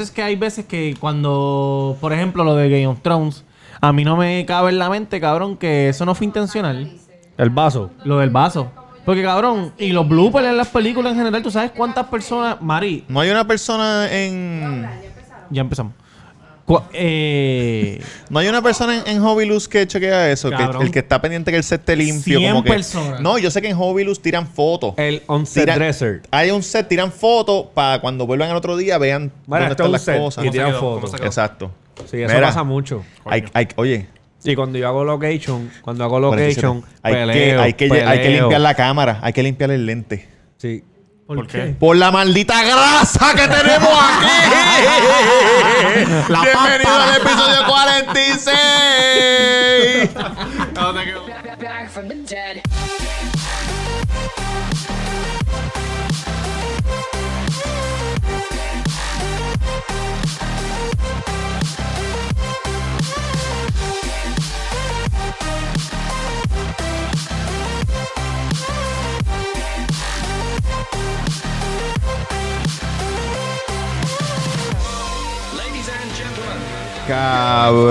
es que hay veces que cuando, por ejemplo, lo de Game of Thrones, a mí no me cabe en la mente, cabrón, que eso no fue intencional. El vaso. Lo del vaso. Porque, cabrón, y los bloopers en las películas en general, ¿tú sabes cuántas personas, Mari, No hay una persona en. ya empezamos. Cu- eh, No hay una persona en, en Hobilus que chequea eso. Que, Cabrón. el que está pendiente que el set esté limpio. 100 como que, personas. No, yo sé que en Hobilus tiran fotos. El onset Tira- dresser. Hay un set, tiran fotos para cuando vuelvan al otro día vean Bueno, dónde esto es un están las set cosas. y ¿no? se tiran quedó? ¿Cómo fotos. se quedó? Exacto. Sí, eso Mira, pasa mucho. hay- hay- oye, Y cuando yo hago location, cuando hago Por eso location, se- hay, peleo, que, hay, que, hay que peleo. limpiar la cámara, hay que limpiar el lente. Sí. ¿Por, ¿Por qué? qué? Por la maldita grasa que tenemos aquí. La Bienvenido papa. al episodio 46. back, back from the dead.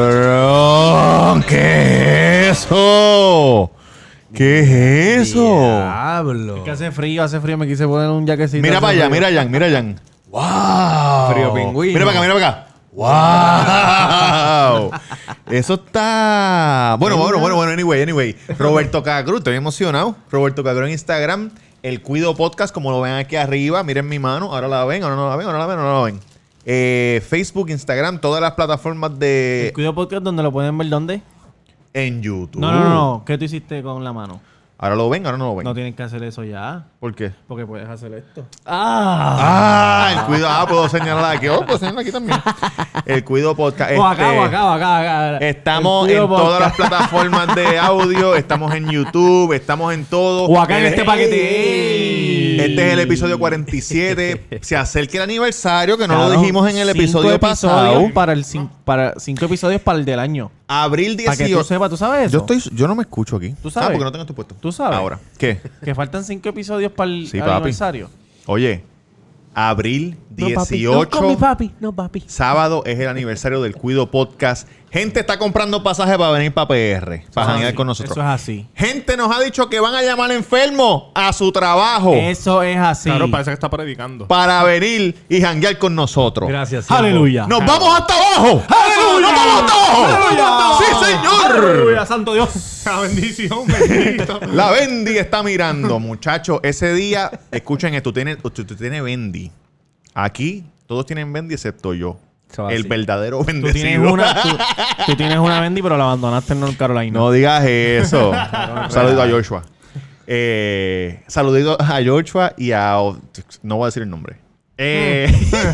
Cabrón, ¿qué es eso? ¿Qué es eso? Diablo. Que hace frío, hace frío, me quise poner un jaquecito. Mira hace para allá, frío. mira allá, mira allá. ¡Wow! Frío pingüino. Oh. Mira para acá, mira para acá. ¡Wow! Eso está. Bueno, bueno, bueno, bueno, anyway, anyway. Roberto Cacruz, estoy emocionado. Roberto Cacruz en Instagram. El Cuido Podcast, como lo ven aquí arriba. Miren mi mano. Ahora la ven, ahora no la ven, ahora la ven, ahora no la ven. Eh, Facebook, Instagram, todas las plataformas de. Cuido podcast donde lo pueden ver dónde. En YouTube. No, no, Uh. no, no. ¿Qué tú hiciste con la mano? Ahora lo ven, ahora no lo ven. No tienes que hacer eso ya. ¿Por qué? Porque puedes hacer esto. ¡Ah! Ah, el Cuido. Ah, puedo señalar aquí. Oh, puedo señalar aquí también. El Cuido Podcast. O Oh, acá, este- o acá, o acá, acá. Estamos El en Cuido todas las Podcast. plataformas de audio, estamos en YouTube, estamos en todo. O acá en Eh, este paquete. Este es el episodio 47. Se acerca el aniversario, que no lo Cabrón, dijimos en el cinco episodio episodios pasado. Para el cin- para cinco episodios para el del año. Abril Para que tú 18. sepas, ¿tú sabes eso? Yo, estoy, yo no me escucho aquí. ¿Tú sabes? Ah, porque no tengo esto puesto. ¿Tú sabes? Ahora. ¿Qué? Que faltan cinco episodios para el Sí, papi. aniversario. Oye, abril 18. papi, no papi. Sábado es el aniversario del Cuido Podcast. Gente está comprando pasajes para venir para PR, para janguear con nosotros. Eso es así. Gente nos ha dicho que van a llamar enfermos a su trabajo Eso es así. Claro, parece que está predicando. para venir y janguear con nosotros. Gracias. Aleluya. ¡Nos vamos hasta abajo! ¡Nos vamos hasta abajo! ¡Sí, señor! Aleluya, santo Dios. La bendición, bendito. La Bendy está mirando, muchachos. Ese día, escuchen esto, tú tienes, tú, tú tienes Bendy. Aquí todos tienen Bendy excepto yo. Eso El así. verdadero Tú bendecido. tienes una, tú, tú tienes una Bendy, pero la abandonaste en North Carolina. No digas eso. Un saludito a Joshua. Eh, saludito a Joshua y a... No voy a decir el nombre. Eh,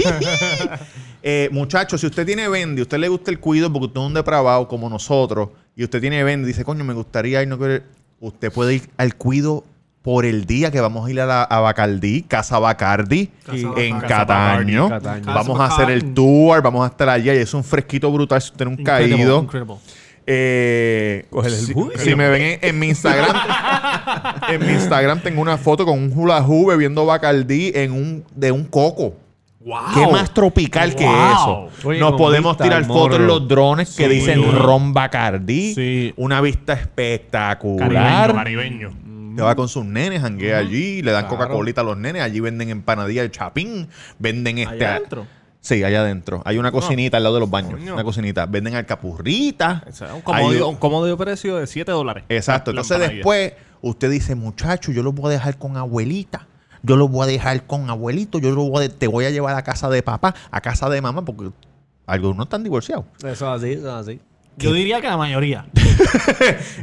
eh, muchachos, si usted tiene Bendy, usted le gusta el cuido porque usted es un depravado como nosotros y usted tiene Bendy, dice, coño, me gustaría ir, no quiero ir". Usted puede ir al cuido por el día que vamos a ir a, la, a Bacardí, Casa Bacardi, en Bacardi. Cataño. Casa Bacardi. Vamos a Casa hacer el Bacardi. tour, vamos a estar allá y es un fresquito brutal si usted nunca ha Incredible, ido. incredible. Eh, Cógele el si, bus. si me ven en, en mi Instagram, en mi Instagram tengo una foto con un hula hoop bebiendo Bacardí en un, de un coco. ¿Qué más tropical que eso? Wow. Oye, Nos con podemos vista tirar al fotos en morro. los drones que Sí. dicen Ron Bacardí. Sí. Una vista espectacular. Caribeño, caribeño. Te va con sus nenes, janguea allí, le dan Coca-Colita a los nenes. Allí venden empanadilla de chapín, venden este. Allá adentro. Sí, allá adentro. Hay una cocinita al lado de los baños. Coño. Una cocinita. Venden alcapurrita. O sea, un, Hay- cómodo, un cómodo precio de 7 dólares. Exacto. La Entonces empanadilla. después usted dice, muchacho, yo lo voy a dejar con abuelita. Yo lo voy a dejar con abuelito. Yo lo voy a- te voy a llevar a casa de papá, a casa de mamá, porque algunos están divorciados. Eso así, eso así. Yo diría que la mayoría.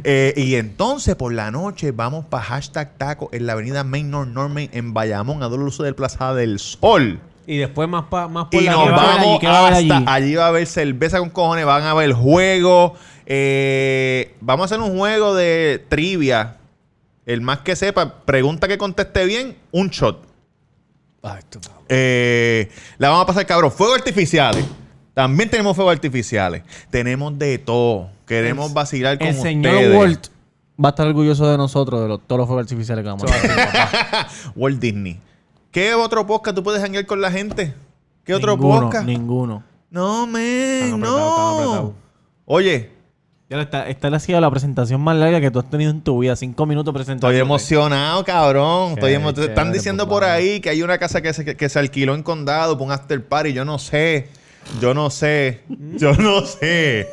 Eh, y entonces por la noche vamos para hashtag taco en la avenida Main North Norman en Bayamón, a dos luces del Plaza del Sol. Y después más, pa, más por Y la nos ¿qué va a haber vamos allí? ¿Qué va a haber hasta allí? allí? va a haber cerveza con cojones, van a haber juegos. eh, vamos a hacer un juego de trivia. El más que sepa, pregunta que conteste bien, un shot. Eh, la vamos a pasar, cabrón. Fuegos artificiales. También tenemos fuegos artificiales. Tenemos de todo. Queremos vacilar con El señor ustedes. Walt va a estar orgulloso de nosotros, de los, todos los fuegos artificiales que vamos a hacer. Walt Disney. ¿Qué otro podcast tú puedes hangar con la gente? ¿Qué otro Ninguno, podcast? Ninguno. No, men, Están apretados, están apretados. no. Oye, Ya lo está, esta ha sido la presentación más larga que tú has tenido en tu vida. Cinco minutos presentando. estoy emocionado, cabrón. Estoy pues. Qué emo- te Están chévere, diciendo pues, por vamos. ahí que hay una casa que se, que se alquiló en condado por un after party. Yo no sé. Yo no sé. Yo no sé.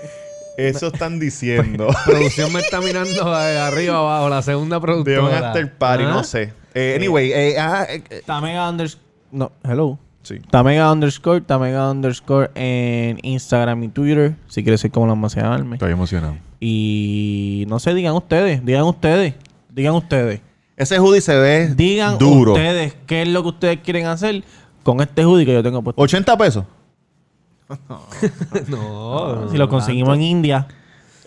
Eso están diciendo. producción me está mirando de arriba abajo, la segunda De productora. un after party, ¿Ah? no sé. Eh, anyway, eh, ah, eh, eh, Tamega underscore. No, hello. sí. Tamega underscore, Tamega underscore en Instagram y Twitter. Si quieres ser como la más alme. Estoy emocionado. Y no sé, digan ustedes, digan ustedes, digan ustedes. Ese hoodie se ve Digan duro. ustedes qué es lo que ustedes quieren hacer con este hoodie que yo tengo puesto. 80 pesos. No. si lo conseguimos en India.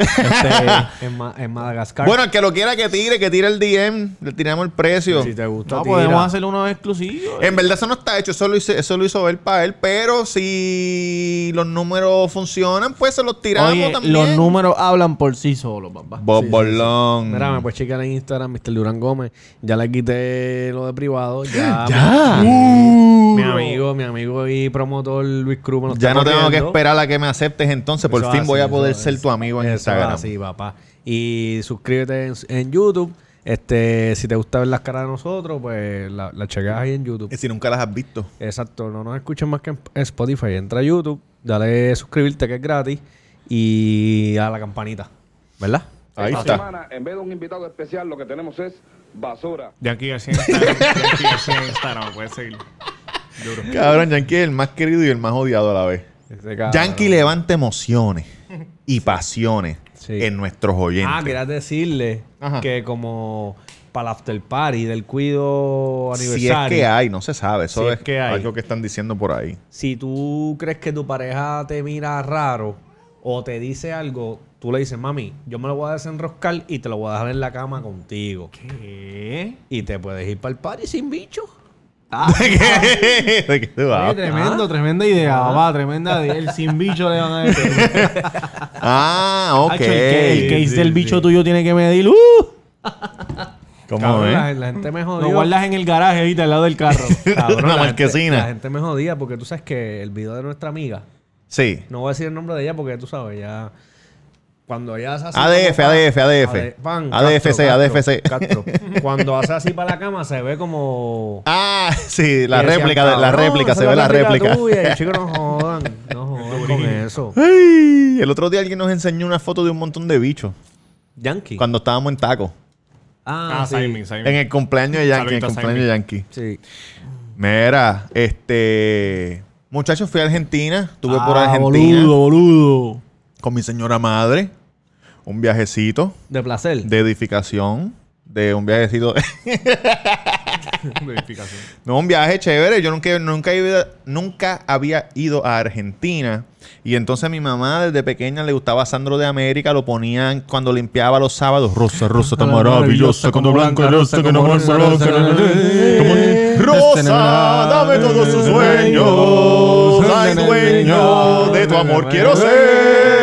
Este, en, Ma- en Madagascar. Bueno, el que lo quiera que tire, que tire el DM, le tiramos el precio. si te gusta, No tira. podemos hacer uno exclusivo. En verdad eso no está hecho, eso lo, hice- eso lo hizo él para él, pero si los números funcionan, pues se los tiramos Oye, también. los números hablan por sí solos, papá. Bob Sí, sí, Borlón. Mira, me puedes checar en pues Instagram, Mr. Durán Gómez. Ya le quité lo de privado. Ya. Ya. Uh. Mi amigo, mi amigo y promotor Luis Cruz. me lo ya está no tengo que corriendo. esperar a que me aceptes entonces, por Eso fin es voy a así, poder eso ser es- tu amigo en eso es Instagram. así, papá. Y suscríbete en, en YouTube. Este, si te gusta ver las caras de nosotros, pues la, la checas ahí en YouTube. Y si nunca las has visto. Exacto, no nos escuchen más que en Spotify. Entra a YouTube, dale suscribirte que es gratis y a la campanita, ¿verdad? Ahí Esta está. semana, en vez de un invitado especial, lo que tenemos es basura. Yankee García en Instagram. Yankee García en Instagram. me Puedes seguir. Duro. Cabrón, Yankee es el más querido y el más odiado a la vez. Ese cabrón. Yankee levanta emociones y pasiones Sí. en nuestros oyentes. Ah, querías decirle Ajá. que como para el after party del cuido Si es Ah, aniversario. que hay, no se sabe. Eso Si es, es que hay. algo que están diciendo por ahí. si tú crees que tu pareja te mira raro o te dice algo, tú le dices, mami, yo me lo voy a desenroscar y te lo voy a dejar en la cama contigo. ¿Qué? Y te puedes ir para el party sin bicho. Ah. ¿De qué tú Oye, hablas? tremendo, tremenda idea, papá, tremenda idea. El sin bicho le van a decir. Ah, ok. Hacho, el, que- el case sí, del sí. bicho tuyo tiene que medir. ¡Uh! ¿Cómo Cabrón, es? la, la gente me jodió. Lo guardas en el garaje, ahorita, al lado del carro. Cabrón, Una la marquesina. gente- La gente me jodía porque tú sabes que el video de nuestra amiga, Sí. no voy a decir el nombre de ella porque tú sabes, ya... Cuando ella hace así... como ADF, pa- ADF, ADF. AD- pan, ADFC, ADFC. Castro. Cuando hace así para la cama se ve como... Ah, sí, la Y decían, réplica, de- la "Cabrón, réplica, esa se es ve la réplica. tuya". Y yo, chicos, no jodan, no jodan con eso. Ay, el otro día alguien nos enseñó una foto de un montón de bichos Yankee. cuando estábamos en taco. Ah, Ah, sí. Simon, Simon. En el cumpleaños de Yankee, en el Saludito a cumpleaños de Yankee. Sí. Mira, este. Muchachos, fui a Argentina, estuve por Ah, Argentina Boludo, boludo. con mi señora madre. Un viajecito De placer. de edificación. De un viajecito. Verificación. No, un viaje chévere. Yo nunca, nunca, he ido- nunca había ido a Argentina. Y entonces a mi mamá desde pequeña le gustaba Sandro de América. Lo ponían cuando limpiaba los sábados. Rosa, rosa, tan maravillosa. Cuando blanca, rosa, cuando blanca, rosa. Este Rosa, dame todos sus Este sueños. Ay, dueño de tu amor quiero ser.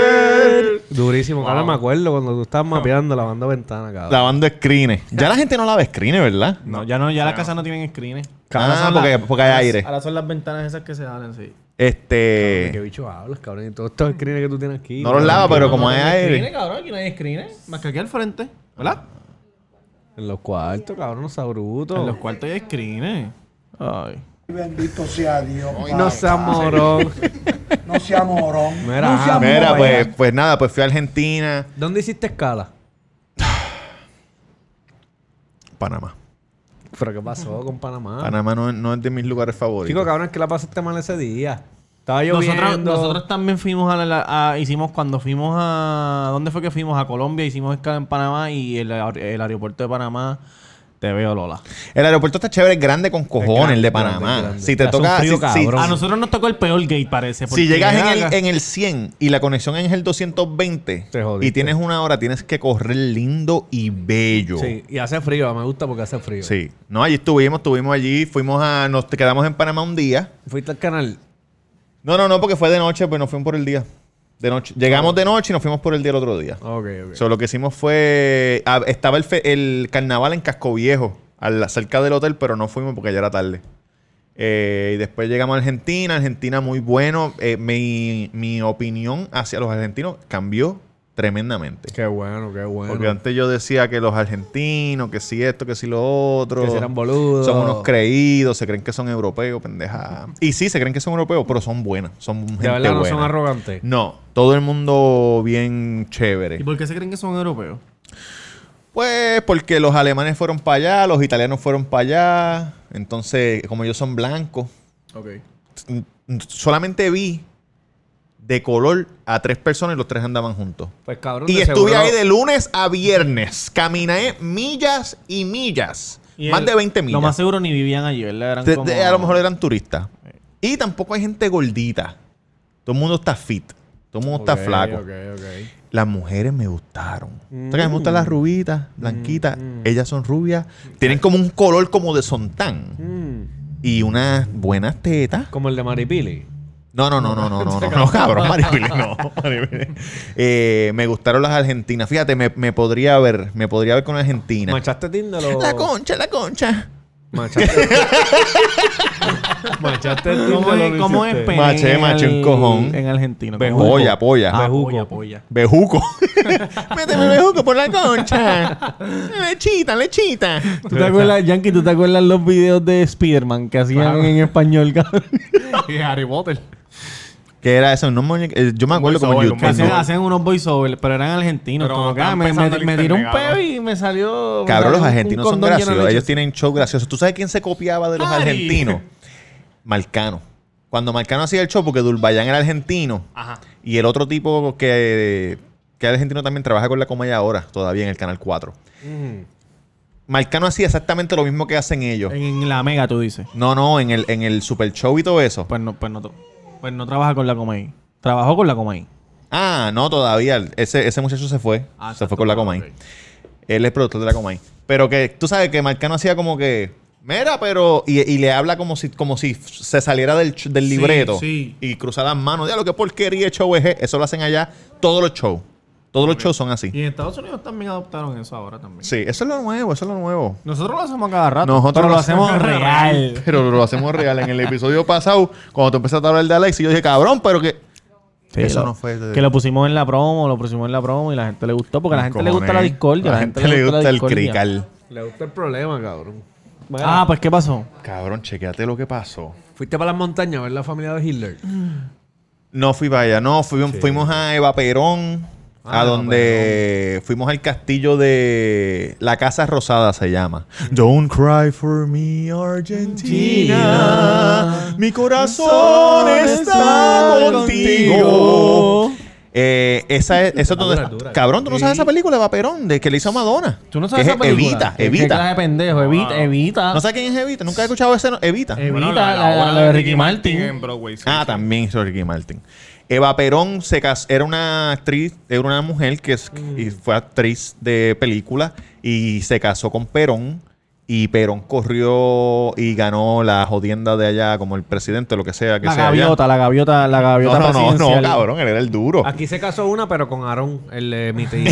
Durísimo. Ahora me acuerdo cuando tú estabas mapeando la banda ventana, cabrón. Lavando screenes. Ya la gente no lava screenes, ¿verdad? No, ya no, ya las casas no tienen screens. Ah, son porque- las- porque hay ahora- aire. Ahora son las ventanas esas que se abren, sí. Este... ¿De ¿Qué bicho hablas, cabrón? Y todos estos screens que tú tienes aquí. No los cabrón, lava, pero No, como no hay tienen screenes, aire... cabrón, aquí no hay screens. Más que aquí al frente, ¿verdad? En los cuartos, cabrón, no seas bruto. En los cuartos hay screens. Ay. Bendito sea Dios. No seas morón. No sea morón. Mira, no sea ajá, Mira, morón. pues, pues nada, pues fui a Argentina. ¿Dónde hiciste escala? Panamá. ¿Pero qué pasó con Panamá? Panamá no, es- no es de mis lugares favoritos. Ah. Chico, cabrón, es que la pasaste mal ese día. Estaba lloviendo. Nosotros, nosotros también fuimos a, la- la- a- hicimos cuando fuimos a ¿dónde fue que fuimos? A Colombia, hicimos escala en Panamá y el, aer- el aeropuerto de Panamá te veo Lola. El aeropuerto está chévere, es grande con cojones, grande, el de grande, Panamá. grande. Si te Hace un toca. frío, si- si, cabrón. A nosotros nos tocó el peor gate parece. si llegas en el, porque- en el 100 y la conexión es el 220 Te jodiste. y tienes una hora, tienes que correr lindo y bello. Sí, y hace frío, me gusta porque hace frío. Sí. No, allí estuvimos, estuvimos allí, fuimos a. Nos quedamos en Panamá un día. Fuiste al canal. No, no, no, porque fue de noche, pues nos fuimos por el día. De noche. Ah. Llegamos de noche y nos fuimos por el día el otro día. Ok, ok. So, lo que hicimos fue. ah, estaba el, fe- el carnaval en Casco Viejo, al- cerca del hotel, pero no fuimos porque ya era tarde. Eh, y después llegamos a Argentina. Argentina muy bueno. Eh, mi, mi opinión hacia los argentinos cambió tremendamente. Qué bueno, qué bueno. Porque antes yo decía que los argentinos, que si esto, que si lo otro. Que si eran boludos. Son unos creídos, se creen que son europeos, pendeja. Y sí, se creen que son europeos, pero son buenas. Son gente de verdad no son buena. arrogantes. No, todo el mundo bien chévere. ¿Y por qué se creen que son europeos? Pues porque los alemanes fueron para allá, los italianos fueron para allá. Entonces, como ellos son blancos, Ok. n- n- solamente vi de color a tres personas y los tres andaban juntos. Pues cabrón, Y de estuve seguro- ahí de lunes a viernes. Caminé millas y millas. Y más el- de 20 millas. Lo más seguro ni vivían allí, ¿verdad? Eran De- de- como- a lo mejor eran turistas. Y tampoco hay gente gordita. Todo el mundo está fit. Todo el mundo está Ok, flaco. ok, ok. Las mujeres me gustaron. O sea, que me gustan las rubitas, blanquitas. Ellas son rubias. Tienen como un color como de sontán. Y unas buenas tetas. Mm. Como el de Maripili. No, no, no, no, no, no, no, no, cabrón, Maripili, no. Maripili. Eh, me gustaron las argentinas. Fíjate, me, me podría ver, me podría ver con Argentina. ¿Machaste Tinder o...? La concha, la concha. Machaste. Machaste Tinder. ¿Cómo o es, lo cómo es hiciste? Pelé Maché, en maché un el- cojón. En Argentina. Bejuco. ¿Cómo es? Polla, polla. Ah, Bejuco. polla, polla. Bejuco. Méteme el bejuco por la concha. Lechita, lechita. ¿Tú te acuerdas, Yankee, tú te acuerdas los videos de Spider-Man que hacían en español, cabrón? Y Harry Potter. ¿Qué era eso? No me- eh, yo me acuerdo como en Voiceover, YouTube. Que hacían, ¿no? hacían unos voiceovers, pero eran argentinos. Pero como que estaban ah, me, pensando me, en me tiró un Instagram, peo cabrón. y me salió. me Cabrón, salió un- los un argentinos son condón lleno de graciosos. leche. Ellos tienen show graciosos. ¿Tú sabes quién se copiaba de los Ay. argentinos? Marcano. Cuando Marcano hacía el show, porque Durbayán era argentino. Ajá. Y el otro tipo que, que es argentino también trabaja con la comedia ahora, todavía en el Canal 4. Marcano hacía exactamente lo mismo que hacen ellos. Mm. En, en la mega, tú dices. No, no, en el, en el Super Show y todo eso. Pues no, pues no, to- pues no trabaja con la Comay. Trabajó con la Comay. Ah, no, todavía. Ese, ese muchacho se fue. Ah, se exacto, fue con la Comay. Él es productor de la Comay. Pero que tú sabes que Marcano hacía como que. Mira, pero. Y, y le habla como si, como si se saliera del, ch- del Sí, libreto. sí. Y cruza las manos. Ya lo que porquería de show es. e-". Eso lo hacen allá todos los shows. Todos los shows son así. Y en Estados Unidos también adoptaron eso ahora también. Sí, eso es lo nuevo, eso es lo nuevo. Nosotros lo hacemos cada rato. Nosotros pero lo lo hacemos real. Pero lo hacemos real. En el episodio pasado, cuando tú empezaste a hablar de Alex, yo dije, cabrón, pero que. Sí, Eso lo- no fue de- Que lo pusimos en la promo, lo pusimos en la promo y la gente le gustó. Porque a la gente le gusta la discordia. A la gente le gusta la el discordia. crical. Le gusta el problema, cabrón. Ah, pues ¿qué pasó? Cabrón, chequeate lo que pasó. Fuiste para las montañas a ver la familia de Hitler. No fui para allá, no, fui- fuimos a Eva Perón, Ah, a donde fuimos al castillo de La Casa Rosada se llama. Don't cry for me, Argentina. Mi corazón está contigo. Eh, esa es, eso es donde- Dura, dura. Cabrón, tú no sabes esa película, Eva Perón, de que le hizo a Madonna. Tú no sabes Que esa es película. Evita, ¿Qué- ¿Qué clase Evita. de pendejo? Evita, Evita. No sabes quién es Evita, nunca he escuchado ese no- Evita. Evita, Bueno, la, la- obra la de Ricky Martin. En Broadway. sí, Ah, sí. también hizo Ricky Martin. Eva Perón se cas- era una actriz, era una mujer que es- Mm. y fue actriz de película y se casó con Perón. Y Perón corrió y ganó la jodienda de allá como el presidente, lo que sea que La sea. gaviota, la gaviota, la allá. gaviota. No, no, no, no, presidencial. Ah, cabrón, él era el duro. Aquí se casó una, pero con Aarón, el eh, mita y-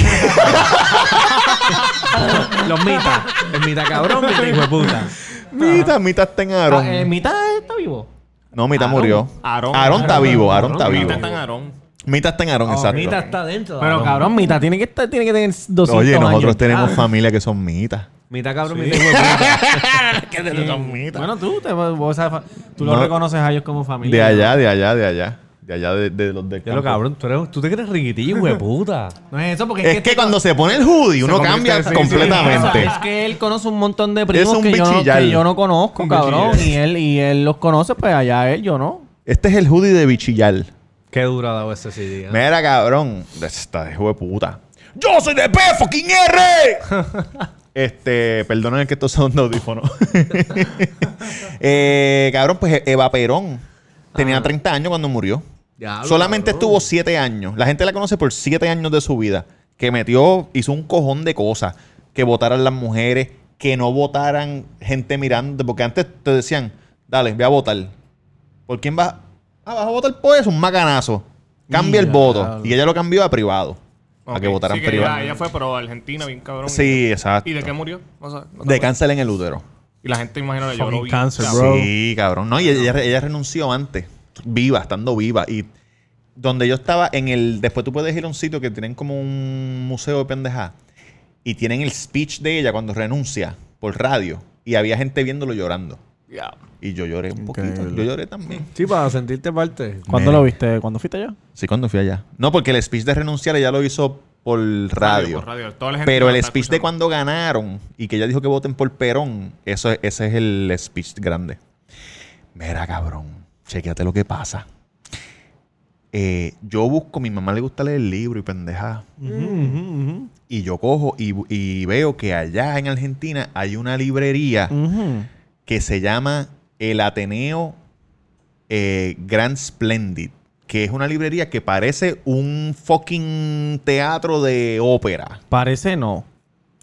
Los mitas. El mita cabrón, mita hijo de puta. Mita, Mita está en Aarón. Ah, eh, ¿Mita está vivo? no, Mita Aarón. murió. Aarón. está vivo, Aarón está Ahorita vivo. están Aarón. Mita está en Oh, Aarón, exacto. Mita está dentro. de Pero Aarón. cabrón, Mita tiene que, estar, tiene que tener 200 Oye, nosotros años. Ah. tenemos familia que son Mitas. Mita Ah, cabrón, mita hijo de puta. Bueno, tú, te, vos sabes- tú No. los reconoces a ellos como familia. De allá, de allá, de allá. De allá, de, de los del Ya lo campo. cabrón, tú, eres- tú te crees riquitillo, hijo de puta. No es eso, porque Es que cuando se pone el hoodie, uno convierte cambia en- sí, sí, completamente. Es que él conoce un montón de primos Es un que, yo no, bichillal. que yo no conozco, Un cabrón. bichillal. Y él, y él los conoce, pues allá él, yo no. Este es el hoodie de Bichillal. Qué dura ha dado ese CD. ¿eh? Mira, cabrón. Está de hijo de puta. ¡Yo soy de P, fucking R! este, perdonen que estos son de audífono. Eh, cabrón, pues Eva Perón tenía 30 años cuando murió. Diablo, Solamente cabrón. estuvo 7 años. La gente la conoce por 7 años de su vida. Que metió, hizo un cojón de cosas. Que votaran las mujeres, que no votaran gente mirando. Porque antes te decían, dale, ve a votar. ¿Por quién vas? Ah, vas a votar por eso, un macanazo. Cambia el Ya, voto. claro. Y ella lo cambió a privado. A Ok, que votaran sí, privado. Ella, ella fue pro Argentina, bien cabrón. Sí, exacto. ¿Y de qué murió? O sea, no te De acuerdas. cáncer en el útero. Y la gente, imagino que yo lo Fucking vi. cancer, cabrón. bro. Sí, cabrón. No, y ella, ella renunció antes, viva, estando viva. Y donde yo estaba, en el. Después tú puedes ir a un sitio que tienen como un museo de pendejada. Y tienen el speech de ella cuando renuncia por radio. Y había gente viéndolo llorando. Y yo lloré un poquito. Increíble. Yo lloré también. Sí, para sentirte parte. ¿Cuándo Mira. lo viste? ¿Cuándo fuiste allá? Sí, cuando fui allá. No, porque el speech de renunciar ella lo hizo por radio. por radio. Toda la gente Pero que el está speech de escuchando. cuando ganaron y que ella dijo que voten por Perón, eso, es- ese es el speech grande. Mira, cabrón, chequéate lo que pasa. Eh, yo busco, mi mamá le gusta leer el libro y pendeja. Y yo cojo y, bu- y veo que allá en Argentina hay una librería que se llama el Ateneo eh, Grand Splendid, que es una librería que parece un fucking teatro de ópera. Parece no.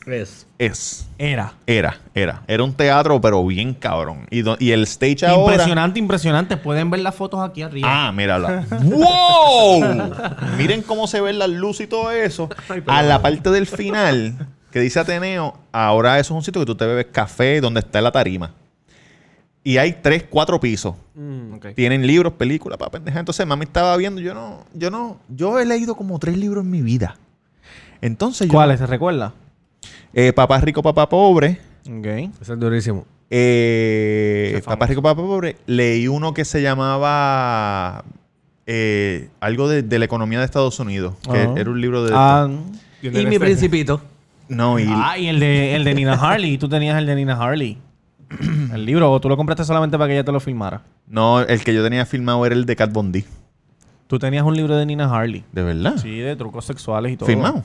Es. Es. Era. Era, era. Era un teatro, pero bien cabrón. Y, do- y el stage ahora. Impresionante, impresionante. Pueden ver las fotos aquí arriba. Ah, mírala. ¡Wow! Miren cómo se ven las luces y todo eso. A la parte del final, que dice Ateneo, ahora eso es un sitio que tú te bebes café donde está la tarima. Y hay tres, cuatro pisos. Ok. Tienen libros, películas, para pendeja. Entonces, mami estaba viendo, yo no, yo no, yo he leído como tres libros en mi vida. Entonces, yo- ¿Cuáles? Ah, ¿Se recuerda? eh, papá rico, papá pobre. Ok. Eso es durísimo. Eh, Qué papá famoso. rico, papá pobre. Leí uno que se llamaba eh, algo de, de la economía de Estados Unidos. Que Ajá. era un libro de. Ah, Y en Y el mi este- principito. No, y ah, y el de, el de Nina Harley. Tú tenías el de Nina Harley. El libro, o tú lo compraste solamente para que ella te lo filmara. no, el que yo tenía filmado era el de Cat Bondi. Tú tenías un libro de Nina Harley. De verdad. Sí, de trucos sexuales y todo. Ah. Filmado.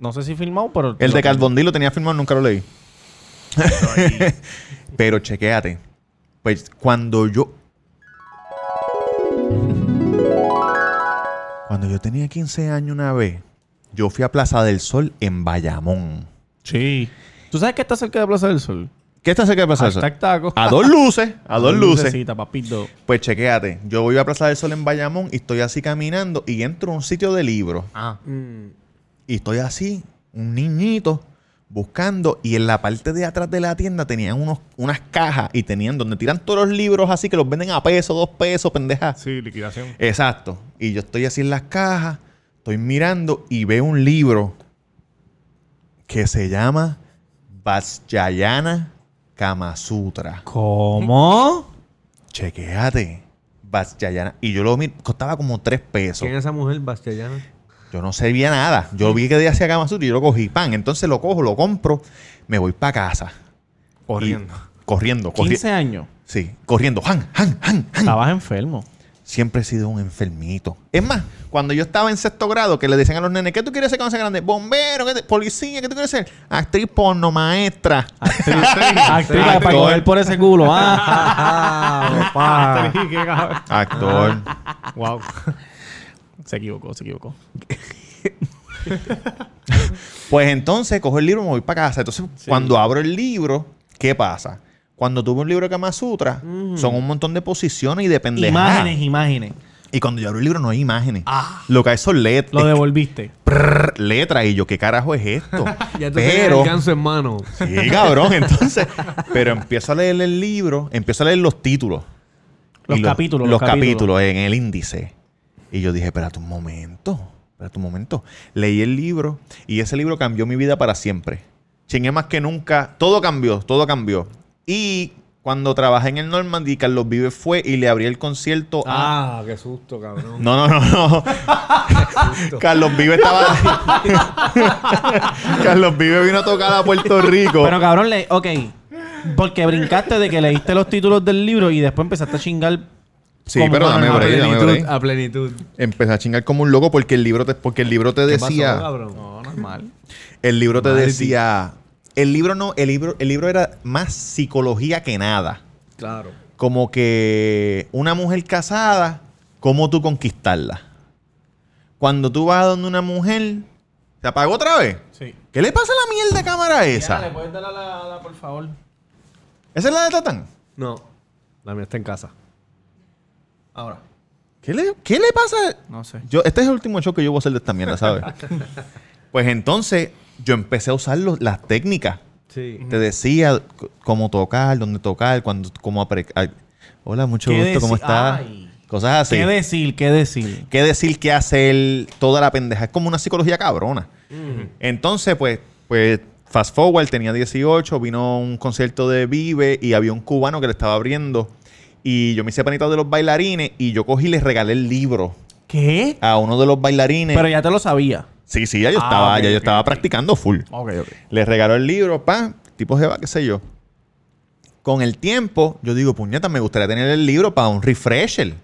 No sé si filmado, pero. El de lo- Cat Bondi lo tenía filmado, nunca lo leí. Pero chequéate. Pues cuando yo. Cuando yo tenía 15 años una vez, yo fui a Plaza del Sol en Bayamón. Sí. ¿Tú sabes que está cerca de Plaza del Sol? ¿Qué está cerca de Plaza del Sol? Hashtag taco. A dos luces, a dos luces. Lucecita, papito. Pues chequéate, yo voy a Plaza del Sol en Bayamón y estoy así caminando y entro a un sitio de libros Ah, Mm. y estoy así, un niñito, buscando y en la parte de atrás de la tienda tenían unos, unas cajas y tenían donde tiran todos los libros así que los venden a peso, dos pesos, pendejas. sí, liquidación. Exacto. Y yo estoy así en las cajas, estoy mirando y veo un libro que se llama Vajrayana Kama Sutra. ¿Cómo? Chequeate. Vajrayana. Y yo lo miré, costaba como tres pesos. ¿Quién es esa mujer bastellana? Yo no sabía nada. Yo vi que de hacía Kama Sutra y yo lo cogí, pan. Entonces lo cojo, lo compro, me voy para casa. Corriendo. Y- corriendo, corriendo. 15 años. Sí, corriendo. Han, han, han, han. Estabas enfermo. Siempre he sido un enfermito. Es más, cuando yo estaba en sexto grado, que le decían a los nenes, ¿qué tú quieres ser cuando seas grande? Bombero, ¿qué te- policía, ¿qué tú quieres ser? Actriz porno, maestra. Actriz, actriz, para actor. coger por ese culo. Ah, Ah, papá. Actor. wow. Se equivocó, se equivocó. Pues entonces cojo el libro y me voy para casa. Entonces, cuando abro el libro, ¿qué pasa? Cuando tuve un libro de Kama Sutra, son un montón de posiciones y de pendejadas. Imágenes, imágenes. Y cuando yo abro el libro no hay imágenes. Ah. Lo que hay son let- Lo devolviste. prrr, letras. Y yo, ¿qué carajo es esto? Ya tú tenías pero, el ganso en mano. sí, cabrón, entonces. Pero empiezo a leer el libro, empiezo a leer los títulos. Los Y capítulos, Los los capítulos. capítulos. en el índice. Y yo dije, espérate un momento, espérate un momento. Leí el libro y ese libro cambió mi vida para siempre. Chingué más que nunca. Todo cambió, todo cambió. Y cuando trabajé en el Normandy, Carlos Vives fue y le abrí el concierto a Ah, qué susto, cabrón. no, no, no, no. Carlos Vive estaba. Carlos Vive vino a tocar a Puerto Rico. Pero cabrón, le... ok. Porque brincaste de que leíste los títulos del libro y después empezaste a chingar. sí, como pero una dame nueva break, dame plenitud, break. a plenitud. Empecé a chingar como un loco porque el libro te, porque el libro te ¿Qué pasó, decía. cabrón? Normal. el libro te Madre decía. El libro no, el libro, el libro era más psicología que nada. Claro. como que una mujer casada, ¿cómo tú conquistarla? Cuando tú vas a donde una mujer, ¿se apagó otra vez? Sí. ¿Qué le pasa a la mierda de cámara esa? puedes dar a la, por favor? ¿Esa es la de Tatán? No. La mía está en casa. Ahora. ¿Qué le, qué le pasa? No sé. Yo, este es el último show que yo voy a hacer de esta mierda, ¿sabes? pues entonces yo empecé a usar los- las técnicas. Sí. Te decía c- cómo tocar, dónde tocar, cuándo, cómo apre... ay, Hola, mucho ¿Qué gusto, ¿cómo deci- estás? Ay. Cosas así. ¿Qué decir? ¿Qué decir? qué decir, qué hacer, toda la pendeja. Es como una psicología cabrona. Entonces, pues, pues, fast forward, tenía 18, vino a un concierto de Vive y había un cubano que le estaba abriendo. Y yo me hice panita de los bailarines y yo cogí y les regalé el libro ¿Qué? a uno de los bailarines. Pero ya te lo sabía. Sí, sí, ya yo Ah, estaba, ok, ya yo ok, estaba ok. practicando full. Ok, ok. Les regaló el libro, pa, tipo Jeva, qué sé yo. Con el tiempo, yo digo, puñeta, me gustaría tener el libro para un refresher.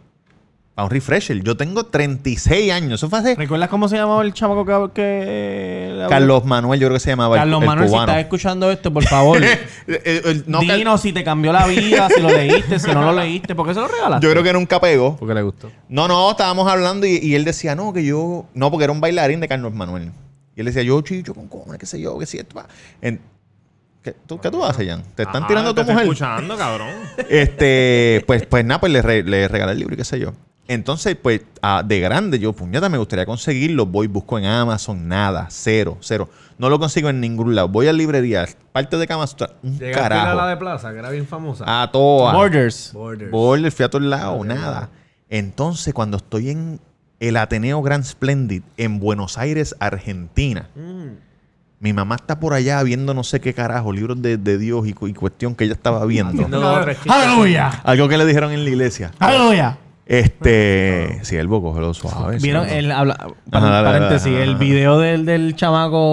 Para un refresher. Yo tengo 36 años. Eso fue hace ¿Recuerdas cómo se llamaba el chamaco que... que le habló? Carlos Manuel, yo creo que se llamaba el- Carlos el, Manuel, si cubano. estás escuchando esto, por favor. Eh, eh, eh, no, Cal- Dinos si te cambió la vida, si lo leíste, si no lo leíste. ¿Por qué se lo regalaste? yo creo que nunca pegó. Porque le gustó. No, no, estábamos hablando y, y él decía, no, que yo. No, porque era un bailarín de Carlos Manuel. Y él decía, yo chicho con cojones, qué sé yo, qué siento. pa. En- ¿Qué, tú, qué tú haces, Jan? Te están Ah, tirando a te tu estoy mujer. escuchando, cabrón. Este, pues, pues nada, pues le, re- le regalé el libro y qué sé yo. Entonces, pues, ah, de grande, yo, puñeta, me gustaría conseguirlo. Voy, busco en Amazon, nada, cero, cero. No lo consigo en ningún lado. Voy a librerías, parte de Camas, un Llegaste carajo. Ah. a la de Plaza, que era bien famosa. A toa. Borders. Borders. Border, fui a todos lados, nada. Entonces, cuando estoy en el Ateneo Grand Splendid, en Buenos Aires, Argentina, mi mamá está por allá viendo no sé qué carajo, libros de, de Dios y, cu- y cuestión que ella estaba viendo. Haciendo dos o tres chistes. ¡Aleluya! Algo que le dijeron en la iglesia. ¡Aleluya! Este, siervo, cógelo suave. ¿Vieron? siervo. El, habla, Pues Ajá, dale, paréntesis, dale, ajá, el ajá. video del, del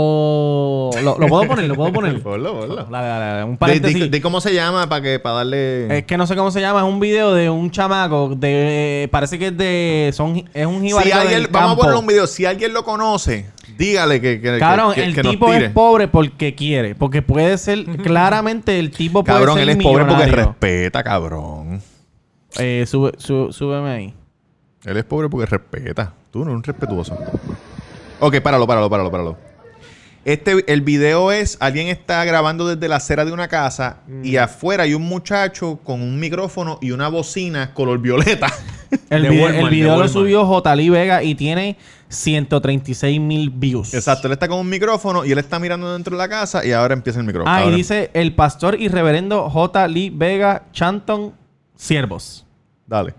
chamaco... ¿Lo, lo puedo poner? ¿Lo puedo poner? Ponlo, ponlo. Dale, dale, dale, Un Di- di- paréntesis. Eh, di cómo se llama para que para darle Es que no sé cómo se llama, es un video de un chamaco de parece que es de son es un si jibarito alguien, del vamos a campo. ponerle un video. Si alguien lo conoce, dígale que, que, que- Cabrón, que- el que nos tipo tire. es pobre porque quiere, porque puede ser claramente el tipo puede Cabrón, ser él es pobre porque millonario. respeta, cabrón. Eh, sube, su- súbeme ahí. Él es pobre porque respeta. Tú no eres un respetuoso. Ok, páralo, páralo, páralo, páralo. Este, el video es, alguien está grabando desde la acera de una casa Mm. y afuera hay un muchacho con un micrófono y una bocina color violeta. El De video, Walmart, el de video lo Walmart. subió J. Lee Vega y tiene 136 mil views. Exacto, él está con un micrófono y él está mirando dentro de la casa y ahora empieza el micrófono. Ah, y Ahora- dice el pastor y reverendo J. Lee Vega Chanton Siervos. Dale.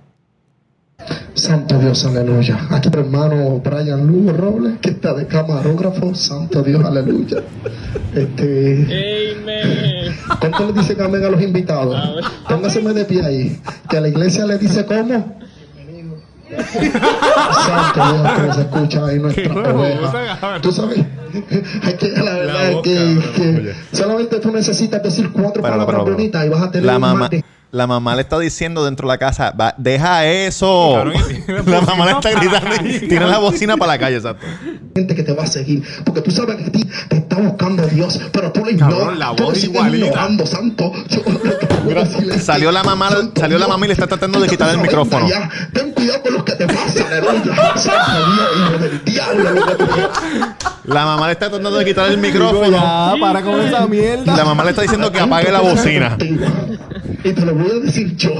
Santo Dios, aleluya. Aquí el hermano Brian Lugo Robles, que está de camarógrafo. Santo Dios, aleluya. Este, ¿Cuánto le dice amén a los invitados? Póngaseme de pie ahí. Que la iglesia le dice cómo. Santo Dios que nos escucha ahí nuestra oveja. Tú sabes, hay que la verdad es que, que solamente tú necesitas decir cuatro Páralo, palabras páralo, páralo. bonitas y vas a tener La un mamá, mate. la mamá le está diciendo dentro de la casa, "Va, deja eso. Cabrón, y tiene la la mamá le bocina está para la gritando, y calle. tiene la bocina para la calle, exacto. gente que te va a seguir, porque tú sabes que a ti te está buscando Dios, pero tú le ignoras, Cabrón, la tú voz le sigues igualita. ignorando, santo. Yo- lo que te puedo decir es que- Salió la mamá- Santo salió la mamá y le está tratando de quítate quitar el esa micrófono. venda ya. Ten cuidado con lo que te pasa, aleluya. Santo Dios, hijo del diablo, lo que te- La mamá le está tratando de quitar el micrófono. Ah, para con esa y mierda. La mamá le está diciendo que apague la bocina. Y te lo voy a decir yo.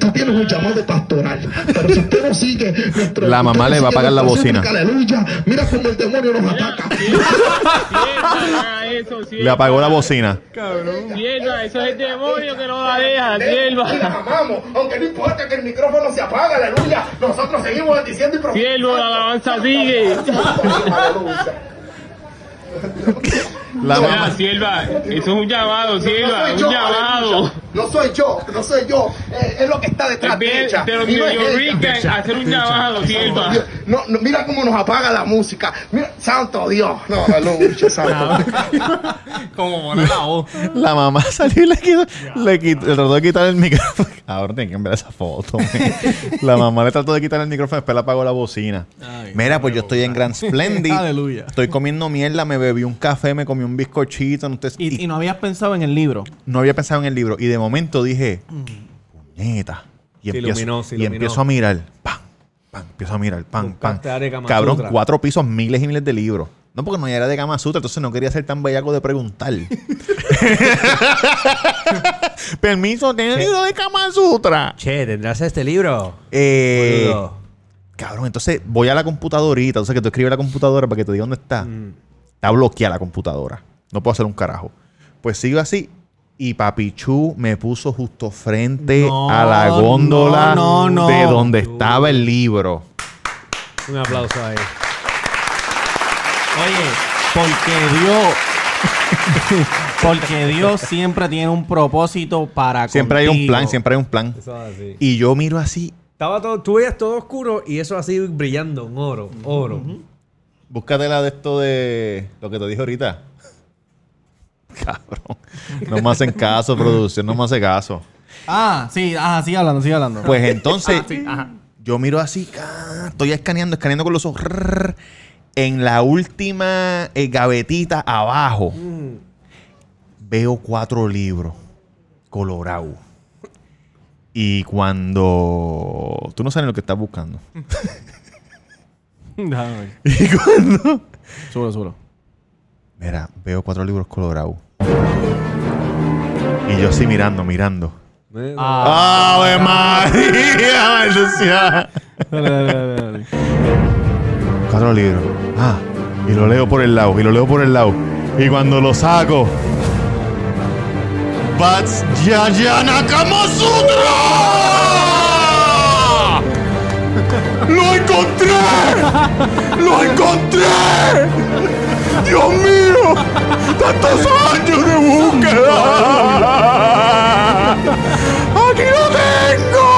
Tú tienes un llamado pastoral, pero si usted no sigue nuestro- La mamá usted no le va a sigue apagar la nuestra bocina. súplica, Aleluya, mira cómo el demonio nos ataca. Le apagó la bocina. eso es el demonio que no la deja, Las amamos, aunque no importa que el micrófono se apaga, aleluya. Nosotros seguimos bendiciendo y Siervo, la alabanza sigue. La Ah, mamá, sierva, eso es un llamado, sierva, No soy un yo, llamado. aleluya. No soy yo, no soy yo. Eh, es lo que está detrás de Ve- ella. Pero Y no es New ella. Rican hacer un llamado, sierva. Dios, No, no, mira cómo nos apaga la música. Mira, santo Dios. No, aleluya, santo. Dios. Como poner la voz. la mamá salió y le quitó, le quitó- le trató de quitar el micrófono. Ahora tienen que cambiar esa foto. man. La mamá le trató de quitar el micrófono, después le apagó la bocina. Mira, pues yo estoy en Grand Splendid. Aleluya. Estoy comiendo mierda, me bebí un café, me comí un bizcochito. No, te- Y, y y no habías pensado en el libro. no había pensado en el libro. Y de momento dije, puñeta. Y, Mm. Se empiezo, iluminó, se y iluminó. empiezo a mirar. Pam, pam, empiezo a mirar. Pam, pam. Buscaste área de Kama Cabrón, Sutra. cuatro pisos, miles y miles de libros. No, porque no era de Kama Sutra, entonces no quería ser tan bellaco de preguntar. Permiso, ¿tiene libro de Kama Sutra? Che, ¿tendrás este libro? Eh, Boludo. cabrón, entonces Mm. voy a la computadorita. O sea, que tú escribes a la computadora para que te diga dónde está. Está bloqueada la computadora. No puedo hacer un carajo. Pues sigo así. Y Papichú me puso justo frente No, a la góndola no, no, no. de donde estaba el libro. Un aplauso ahí. Oye, porque Dios. porque Dios siempre tiene un propósito para Siempre hay un contigo. plan, siempre hay un plan. Eso es así. Y yo miro así, Estaba todo, tú veías todo oscuro y eso así brillando, un oro, oro. búscate la de esto de lo que te dije ahorita. Cabrón. No me hacen caso, producción, no me hace caso. Ah, sí, ah, sigue hablando, sigue hablando. Pues entonces, Ah, yo miro así, ah, estoy escaneando, escaneando con los ojos. rrr, en la última eh, gavetita abajo, veo cuatro libros colorados. Y cuando. Tú no sabes lo que estás buscando. Déjame ver. Y cuando. Súbelo, súbelo. Mira, veo cuatro libros colorados. Y yo así mirando, mirando. Ah. ¡Ave María! ¡Maldición! Dale, dale, dale, dale. Cuatro libros. Ah, y lo leo por el lado, y lo leo por el lado. Y cuando lo saco. ¡Bats Yayana Kama Sutra! ¡Lo encontré! ¡Lo encontré! ¡Dios mío! ¡Tantos años de búsqueda! ¡Aquí lo tengo!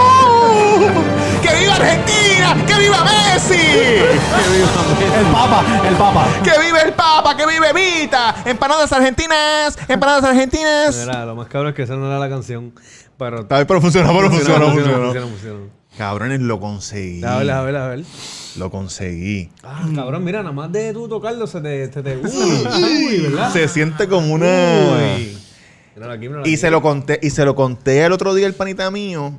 ¡Que viva Argentina! ¡Que viva Messi! El Papa, el Papa. ¡Que vive el Papa! ¡Que vive Vita! ¡Empanadas argentinas! ¡Empanadas argentinas! Mira, lo más cabrón es que esa no era la canción, pero... Está bien, pero funcionó, pero funcionó, funcionó. funcionó, funcionó. Cabrones, lo conseguí. A ver, a ver, a ver. Lo conseguí. Ah, cabrón, mira, nada más de tú tocarlo se te... Se te uy, uy, ¿verdad? Se siente como una. Uy. Míralo aquí, míralo Y aquí. se lo conté, y se lo conté el otro día el panita mío.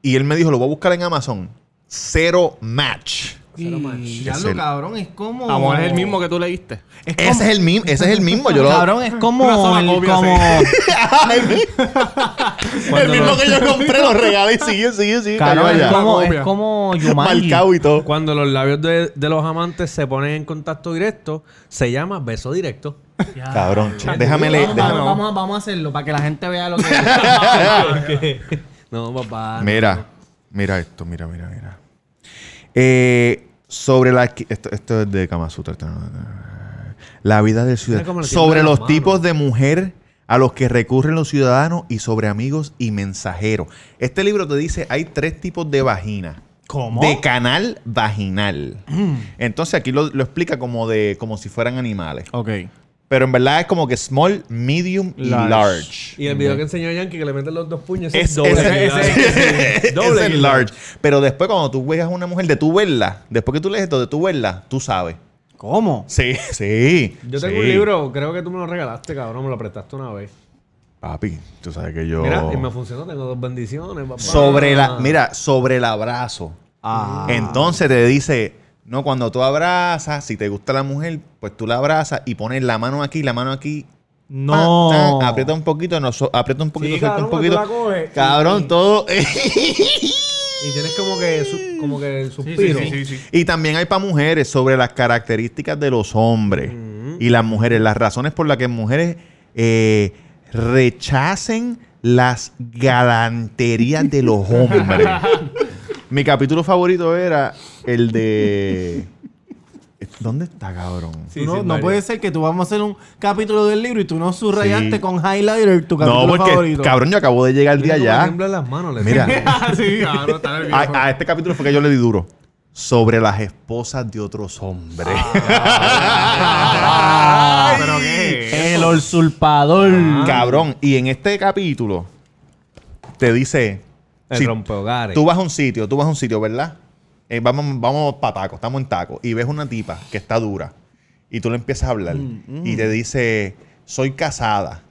Y él me dijo, lo voy a buscar en Amazon. Cero match. Y ya Es lo el- cabrón, es como. Amor, es el mismo que tú leíste. Ese es el mismo, ese es el mismo. Yo lo. Cabrón, es Una como. sola El, copia, como el mismo que yo compré, lo regalé y siguió, siguió, siguió. cayó cabrón, es allá. como. Copia. Es como Yumanji. Marcado y todo. Cuando los labios de, de los amantes se ponen en contacto directo, se llama beso directo. Ya. Cabrón, che, déjame leer. Vamos, déjame- vamos, vamos a- vamos a hacerlo para que la gente vea lo que. no, papá. Mira, mira esto, mira, mira, mira. Eh, sobre la. Esto, esto es de Kama Sutra. La vida del como ciudadano. le tiembla Sobre la los mano. tipos de mujer a los que recurren los ciudadanos y sobre amigos y mensajeros. Este libro te dice: hay tres tipos de vagina. ¿Cómo? Mm. De canal vaginal. Entonces aquí lo, lo explica como de como si fueran animales. ok. Pero en verdad es como que small, medium y Large. large. Y el video que enseñó Yankee que le meten los dos puños Es, doble. es- guirnalda. es- Sí, doble es el guirnalda. large. Pero después, cuando tú veas a una mujer de tu verla, después que tú lees esto de tu verla, tú sabes. ¿Cómo? Sí, sí. Yo tengo un sí. libro, creo que tú me lo regalaste, cabrón, me lo prestaste una vez. Papi, tú sabes que yo. Mira, y me funcionó, tengo dos bendiciones, papá. sobre la, mira, sobre el abrazo. Ah. Entonces te dice, no, cuando tú abrazas, si te gusta la mujer, pues tú la abrazas y pones la mano aquí, la mano aquí. No. Tan, tan, Ah, aprieta un poquito, no, so- aprieta un poquito, Sí, suelta un cabrón, que tú poquito. la coges y- Cabrón, y- todo. Y tienes como que, su- como que el Sí, suspiro. sí, sí, sí, sí. Y también hay para mujeres sobre las características de los hombres Mm. y las mujeres, las razones por las que mujeres eh, rechacen las galanterías de los hombres. Mi capítulo favorito era el de... ¿Dónde está, cabrón? Tú no, sí, no Mario. puede ser que tú vamos a hacer un capítulo del libro y tú no subrayaste Sí. con highlighter tu capítulo No, porque, favorito. cabrón, yo acabo de llegar el día Mira cómo le allá. tiemblan las manos. le Mira, Ah, sí, cabrón, está nervioso. a, a este capítulo fue que yo le di duro. Sobre las esposas de otros hombres. Ah, pero qué. El usurpador. Cabrón, y en este capítulo te dice: El si rompehogares. tú vas a un sitio, tú vas a un sitio, ¿verdad? Eh, vamos, vamos para taco, estamos en taco, y ves una tipa que está dura, y tú le empiezas a hablar, Mm, y te dice: Soy casada.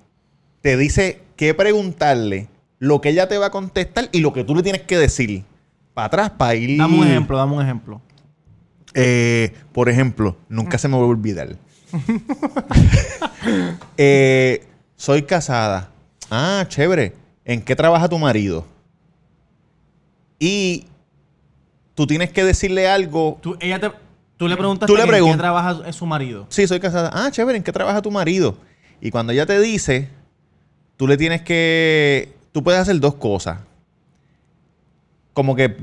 Te dice qué preguntarle, lo que ella te va a contestar y lo que tú le tienes que decir. Para atrás, para ir. Dame un ejemplo, dame un ejemplo. Eh, por ejemplo, nunca se me va a olvidar. Eh, soy casada. Ah, chévere. ¿En qué trabaja tu marido? Y tú tienes que decirle algo. Tú, ella te, tú le preguntas Tú le que en pregun- qué trabaja su- su marido. Sí, soy casada. Ah, chévere. ¿En qué trabaja tu marido? Y cuando ella te dice, tú le tienes que. Tú puedes hacer dos cosas. Como que.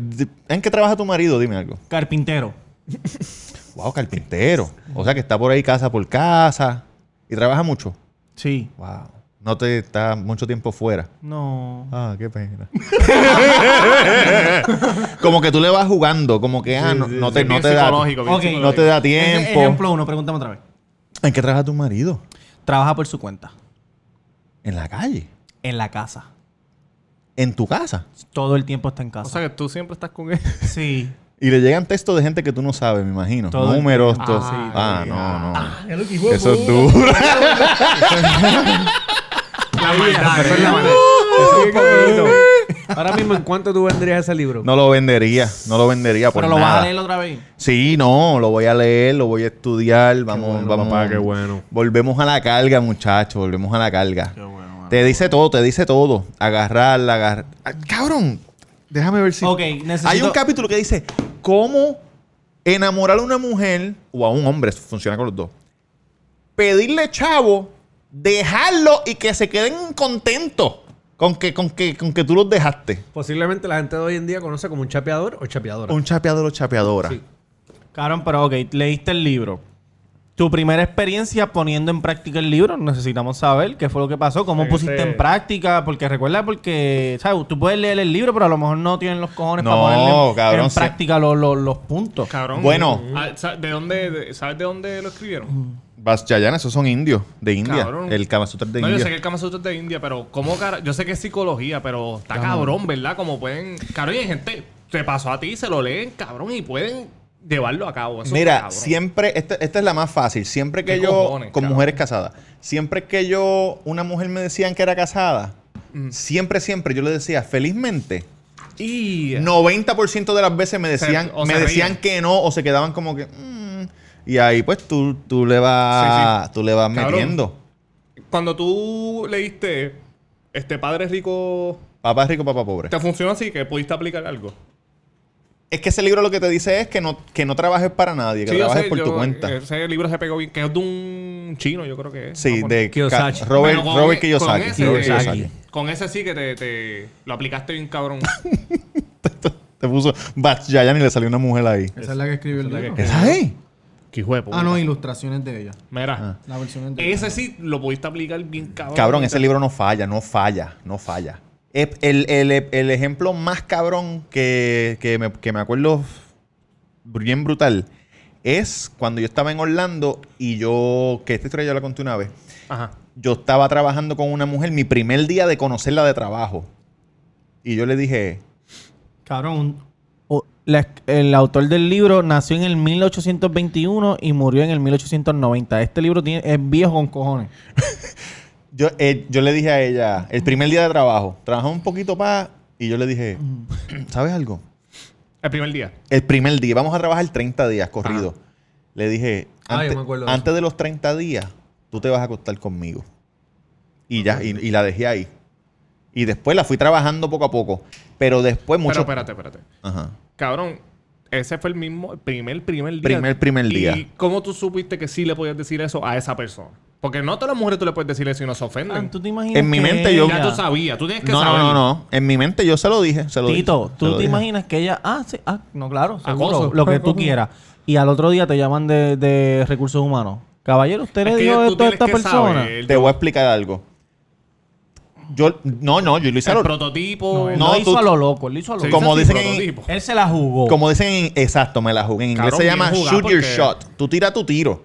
¿En qué trabaja tu marido? Dime algo. Carpintero. Wow, carpintero. O sea que está por ahí casa por casa. Y trabaja mucho. Sí. Wow. No te está mucho tiempo fuera. No. Ah, qué pena. como que tú le vas jugando, como que ah, no, no te, bien no te da. psicológico, bien Ok. psicológico. No te da Ese tiempo. ejemplo uno, pregúntame otra vez. ¿En qué trabaja tu marido? Trabaja por su cuenta. En la calle. En la casa. En tu casa. Todo el tiempo está en O casa. sea que tú siempre estás con él. sí. Y le llegan textos de gente que tú no sabes, me imagino. Todo el Números, tiempo. todo. Ah, sí. Ah, no, no. Eso es duro. La maldad, eso es la maldad. Eso es poquito. Ahora mismo, ¿en cuánto tú vendrías ese libro? No lo vendería. No lo vendería por Pero lo vas nada. a leer otra vez. Sí, no, lo voy a leer, lo voy a estudiar. Vamos, bueno, vamos. papá, qué bueno. Volvemos a la carga, muchachos, volvemos a la carga. te dice todo, te dice todo. Agarrarla, agarrar. Ah, cabrón, déjame ver si. Ok, necesito- Hay un capítulo que dice: ¿Cómo enamorar a una mujer o a un hombre? eso Funciona con los dos. Pedirle chavo, dejarlo y que se queden contentos con que, con que, con que tú los dejaste. Posiblemente la gente de hoy en día conoce como un chapeador o chapeadora. Un chapeador o chapeadora. Sí. Cabrón, pero ok, leíste el libro. Tu primera experiencia poniendo en práctica el libro, necesitamos saber qué fue lo que pasó, cómo Sí, pusiste sí. en práctica, porque recuerda, porque, ¿sabes? Tú puedes leer el libro, pero a lo mejor no tienen los cojones para No, ponerle en- cabrón, en se- práctica los, los- los puntos. Cabrón. Bueno. Ah, sa- ¿De dónde, de- ¿Sabes de dónde lo escribieron? Vajrayana, esos son indios, de India. Cabrón. El Kama Sutra de no, yo India. sé que el Kama Sutra es de India, pero ¿cómo cara- Yo sé que es psicología, pero está cabrón, ¿verdad? Como pueden. Cabrón, y hay gente. Te pasó a ti, se lo leen, cabrón, y pueden llevarlo a cabo. Eso Mira, está cabrón. siempre, esta, esta es la más fácil. Siempre que ¿Qué yo, cojones, con cabrón? mujeres casadas, siempre que yo, una mujer me decían que era casada, Mm. siempre, siempre yo le decía, felizmente. Y. 90% de las veces me decían, o me se decían reían. que no o se quedaban como que... "Mm". y ahí pues tú, tú le vas, Sí, Tú le vas Cabrón. metiendo. Cuando tú leíste Este Padre Rico, Papá rico, papá pobre. ¿te funcionó así que pudiste aplicar algo? Es que ese libro lo que te dice es que no, que no trabajes para nadie, que yo trabajes sé, por yo- eh, tu cuenta. Ese libro se pegó bien, que es de un chino, yo creo que es. sí, japonés. de Kiyosaki. Ca- Robert, Pero con- e- Robert con Kiyosaki. ese- Robert Kiyosaki. Kiyosaki. Con ese sí que te, te- lo aplicaste bien cabrón. Te puso Vajrayana y le salió una mujer ahí. Esa es la que escribió el libro. ¿Esa es? Qué hijo de puta. Ah, no, ilustraciones de ella. Mira, La versión de ese sí lo pudiste aplicar bien cabrón. Ah. Cabrón, ese libro no falla, no falla, no falla. Ep- El, el- el ejemplo más cabrón que, que me, que me acuerdo bien brutal es cuando yo estaba en Orlando y yo, que esta historia yo la conté una vez, Ajá. yo estaba trabajando con una mujer mi primer día de conocerla de trabajo. Y yo le dije, Cabrón, un- o- la- el autor del libro nació en el 1821 y murió en el 1890. Este libro tiene, es viejo con cojones. yo, eh, yo le dije a ella, el primer día de trabajo, trabajamos un poquito para... Y yo le dije, ¿sabes algo? El primer día. El primer día, vamos a trabajar 30 días corrido. Le dije, Ah, yo antes, me acuerdo de antes de los 30 días, tú te vas a acostar conmigo. Y ya, y, y la dejé ahí. Y después la fui trabajando poco a poco. Pero después mucho... Pero espérate, espérate. Ajá. Cabrón, ese fue el mismo, el primer, primer día. Primer, primer ¿Y día. cómo tú supiste que sí le podías decir eso a esa persona? Porque no a todas las mujeres tú le puedes decir eso y no se ofenden. Ah, ¿Tú te imaginas En mi que mente yo- ya ella- tú sabías, tú tienes que No, no, saber. no, no. En mi mente yo se lo dije. Se Tito, lo dije, se lo ¿tú te dije. imaginas que ella... Ah, sí, ah, no, claro, seguro, Acoso. lo que tú quieras. Y al otro día te llaman de, de recursos humanos. Caballero, ¿usted Es le que dio tú esto a tienes esta que persona? saber Te voy a explicar algo. Yo... No, no, yo lo hice... a El lo- prototipo. Él No, lo hizo tú- a lo loco, él lo hizo a lo Sí, loco. como sí, dicen en- prototipo. Él se la jugó. Como dicen en... Exacto, me la jugué. En inglés Oh. Cabrón, se bien llama jugada, shoot your porque- shot. Tú tira tu tiro.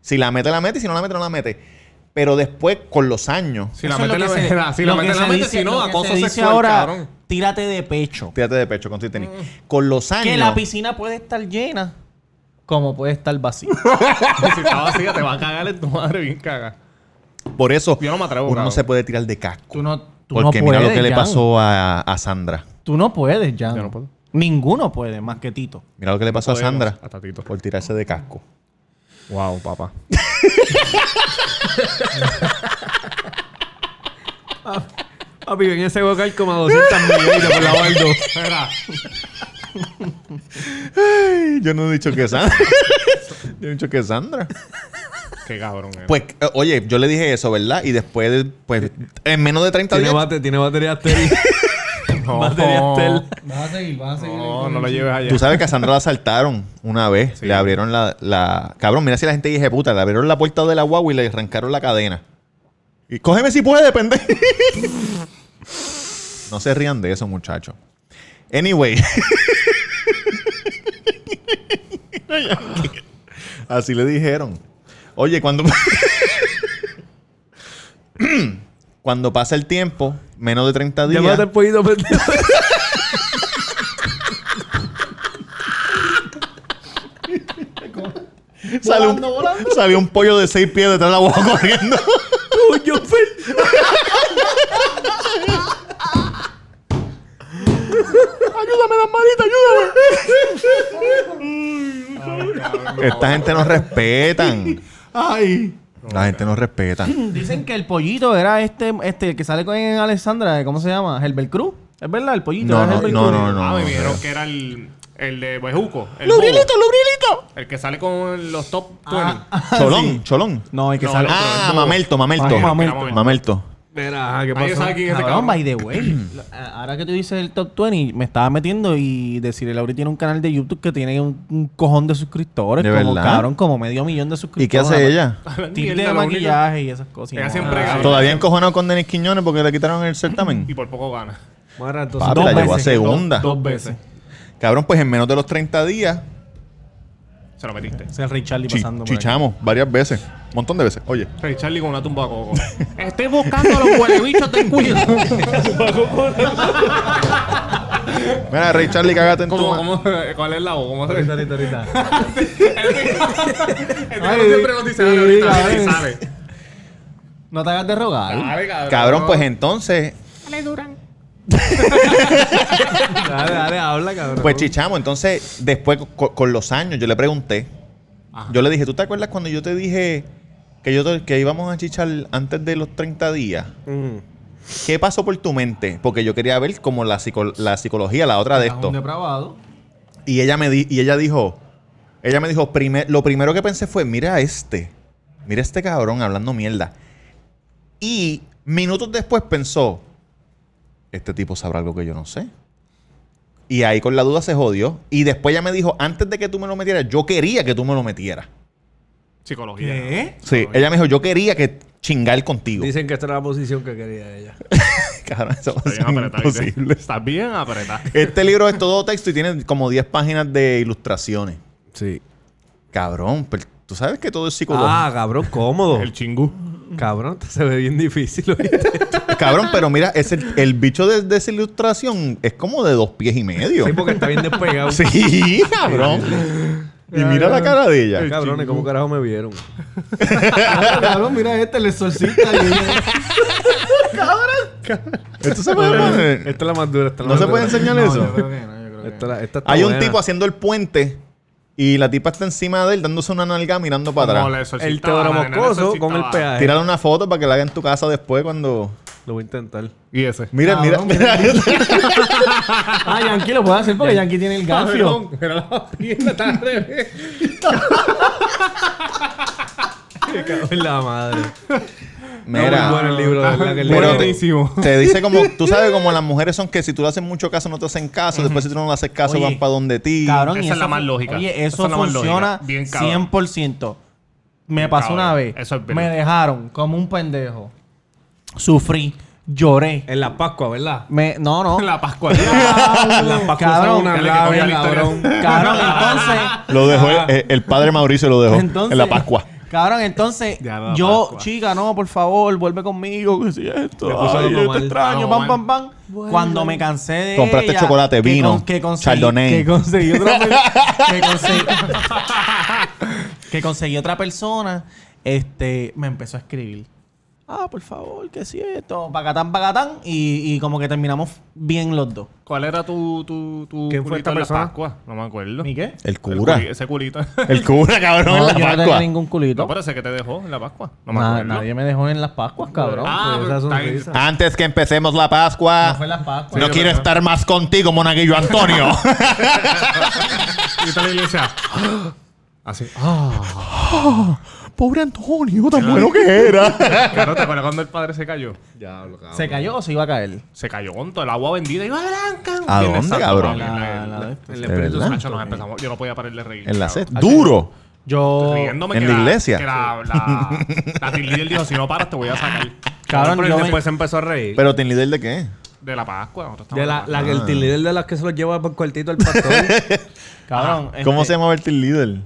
Si la mete, la mete. Si no la mete, no la mete. Pero después, con los años, Si la Eso es mete, lo la que se- mete. Si la lo que mete, se la mete. dice- Si no, lo que se acoso dice sexual, ahora, cabrón. Tírate de pecho. Tírate de pecho con tu tenis. Mm. Con los años. Que la piscina puede estar llena, como puede estar vacía. si está vacía, te va a cagar en tu madre bien caga. Por eso Yo no me atrevo, uno no cabrón. se puede tirar de casco. Tú no, tú porque no mira puedes, lo que le Jan. pasó a, a Sandra. Tú no puedes, Jan. Yo no puedo. Ninguno puede, más que Tito. Mira lo que le pasó a podemos, Sandra a Tatito. por tirarse de casco. Wow, papá. Papi, ven ese vocal como a 200 millones por la bardo. Espera. Yo no he dicho que Sandra. Yo he dicho que Sandra. Qué cabrón. eh. Pues, eh, oye, yo le dije eso, ¿verdad? Y después, pues, en menos de 30 Tiene, días. bate- tiene batería estéril. no, batería estéril. Vas a seguir, vas a seguir. no, no lo lleves allá. Tú sabes que a Sandra la asaltaron una vez. Le abrieron la, la- Cabrón, mira si la gente dije puta. Le abrieron la puerta de la guagua y le arrancaron la cadena. Y cógeme si puede, pendejo. no se rían de eso, muchachos. Anyway. Así le dijeron. Oye, cuando. cuando pasa el tiempo, menos de 30 días. Llámate el pollito pendejo. Sale un, sale un pollo de seis pies detrás de la guagua corriendo. ayúdame, las manitas, ayúdame. Esta gente no respetan. Ay. La gente no respeta. Dicen que el pollito era este, este el que sale con en Alexandra, ¿cómo se llama? Herbert Cruz. ¿Es verdad? El pollito No, era no, Herbert no, Cruz. no, no. ah, me no, dijeron no. que era el, el de Bejuco. El ¡Lubrielito, bobo. Lubrielito! El que sale con los top 20. Ah, Cholón, Sí. cholón. No, el que No, sale. no. Ah, mamelto, mamelto. Ah, Mamelto. Mamelto. Mira, ajá, ¿qué Nadie pasó? sabe quién es ese Cabrón, cabrón. by the way. lo- a- Ahora que tú dices el top 20, me estaba metiendo y decirle, Lauri tiene un canal de YouTube que tiene un, un cojón de suscriptores. ¿De como verdad? cabrón, como medio millón de ¿Y suscriptores. qué hace ella? Tiene Mierda, de lo único. maquillaje y esas cosas. Ah. Ella No, siempre nada. gana. Todavía encojonado con Denis Quiñones porque le quitaron el certamen. Y por poco gana. Mara, entonces, Papi, dos la llevó a veces. segunda. Dos veces. Cabrón, pues en menos de los 30 días Se lo metiste. Ese es Ray Charlie chi- pasando. por aquí. chichamos varias veces. Un montón de veces. Oye. Ray Charlie con una tumba de coco. Estoy buscando a los huelebichos de cuido. Mira, Ray Charlie, cágate en tu ¿Cómo, ma- cómo, ¿Cuál es la voz? ¿Cómo se Ahorita, ahorita, ahorita. Este cabrón siempre nos dice algo ahorita, a ver si sale. No te hagas de rogar. Dale, Cabrón, pues entonces, Dale, dale, habla, cabrón. pues chichamos. Entonces, después co- con, los años, yo le pregunté. Yo le dije, ¿tú te acuerdas cuando yo te dije que, yo te- que íbamos a chichar antes de los 30 días? Mm. ¿Qué pasó por tu mente? Porque yo quería ver como la, psico- la psicología, la otra de Estás un esto. depravado. Y ella me di- y ella dijo, ella me dijo, "Primer- lo primero que pensé fue, mira a este, mira a este cabrón hablando mierda. Y minutos después pensó, este tipo sabrá algo que yo no sé. Y ahí con la duda se jodió. Y después ella me dijo, antes de que tú me lo metieras, yo quería que tú me lo metieras. Psicología. Sí, ella me dijo, yo quería que chingar contigo. Dicen que esta era la posición que quería ella. Cabrón, eso va a Está ser bien apretada. ¿viste? imposible. Está bien apretada. Este libro es todo texto y tiene como 10 páginas de ilustraciones. Sí. Cabrón, pero tú sabes que todo es psicología. Ah, cabrón, cómodo. El chingú. Cabrón, se ve bien difícil. ¿oíste? Cabrón, pero mira, es el, el bicho de, de esa ilustración es como de dos pies y medio. sí, porque está bien despegado. Sí, cabrón. Y mira la cara de Ah, ella. Cabrones, ¿cómo carajo me vieron? Cabrón, mira este, el exorcista. Esto se puede esta poner- es la más dura. Esta es la No más se dura. puede enseñar No, eso. yo creo que no, yo creo que Esta, no. la- esta está Hay un buena. tipo haciendo el puente y la tipa está encima de él dándose una nalga mirando para atrás. El teoromoscoso con el peaje. Tírale una foto para que la haga en tu casa después cuando. Lo voy a intentar. Y ese. Mira, mira, Cabrón, mira. Ah, Yankee lo puede hacer porque Yankee tiene el gafio. Ah, Pero la pierna está al revés. Me cago en la madre. Está muy bueno Mira. el libro, de verdad que el libro. Pero te, Buenísimo. te dice como, tú sabes como las mujeres son que si tú le haces mucho caso no te hacen caso, después si tú no le haces caso Oye, van para donde ti. Cabrón, Esa y es eso la más fu- lógica. Oye, Esa eso es la más funciona lógica. Bien cabrón. 100%. Me pasó cabrón. una vez. Eso es verdad. me dejaron como un pendejo. Sufrí, lloré. En la Pascua, ¿verdad? Me, no, no. La Pascua. Las Pascuas Cabrón, son una dale que labia, coja la cabrón. historia. Cabrón, entonces. Lo dejó, el, el padre Mauricio lo dejó en la Pascua. Cabrón, entonces Ya va, yo, Pascua. chica, no, por favor, vuelve conmigo, que si esto, Le puso ay, algo yo mal. te extraño, Algo pam, pam, pam. Cuando me cansé de Compraste ella, chocolate, que vino, que conseguí, Chardonnay. Que conseguí otra per- que conseguí, que conseguí otra persona, este, me empezó a escribir. Ah, por favor, que si esto, pacatán, pacatán, y, y como que terminamos bien los dos. ¿Cuál era tu, tu, tu ¿Quién fue esta culito en la persona? Pascua? No me acuerdo. ¿Y qué? El El cura. culi- ese culito. El cura, cabrón, en No, la yo no tenía Pascua. ningún culito. no, parece que te dejó en la Pascua. No me Na- acuerdo. nadie me dejó en las Pascuas, cabrón. Ah, Pues pero esa está bien. sonrisa. Antes que empecemos la Pascua, No fue en las Pascuas. no quiero estar más contigo, monaguillo Antonio. Y está la iglesia. Así. Ah. Pobre Antonio, tan bueno que era. Claro, ¿te acuerdas cuando el padre se cayó? Diablo, cabrón. ¿Se cayó o se iba a caer? Se cayó con todo el agua bendita. ¡Iba blanca! ¿A Y en el dónde, santo, cabrón? en la- La- la- en el ¿De Espíritu verdad? Santo nos empezamos. Yo no podía parar de reír. En la cabrón. sed. Duro. Yo. Riéndome ¿En que la iglesia? Que la, la, la team leader dijo, si no paras te voy a sacar. Cabrón, Pero yo me- después se empezó a reír. Pero ¿ten líder de qué? De la Pascua. nosotros estamos de en la, la, Pascua. El team leader de las que se los lleva por el cuartito el pastor. Cabrón. Ah, ¿Cómo este- se llama el team líder?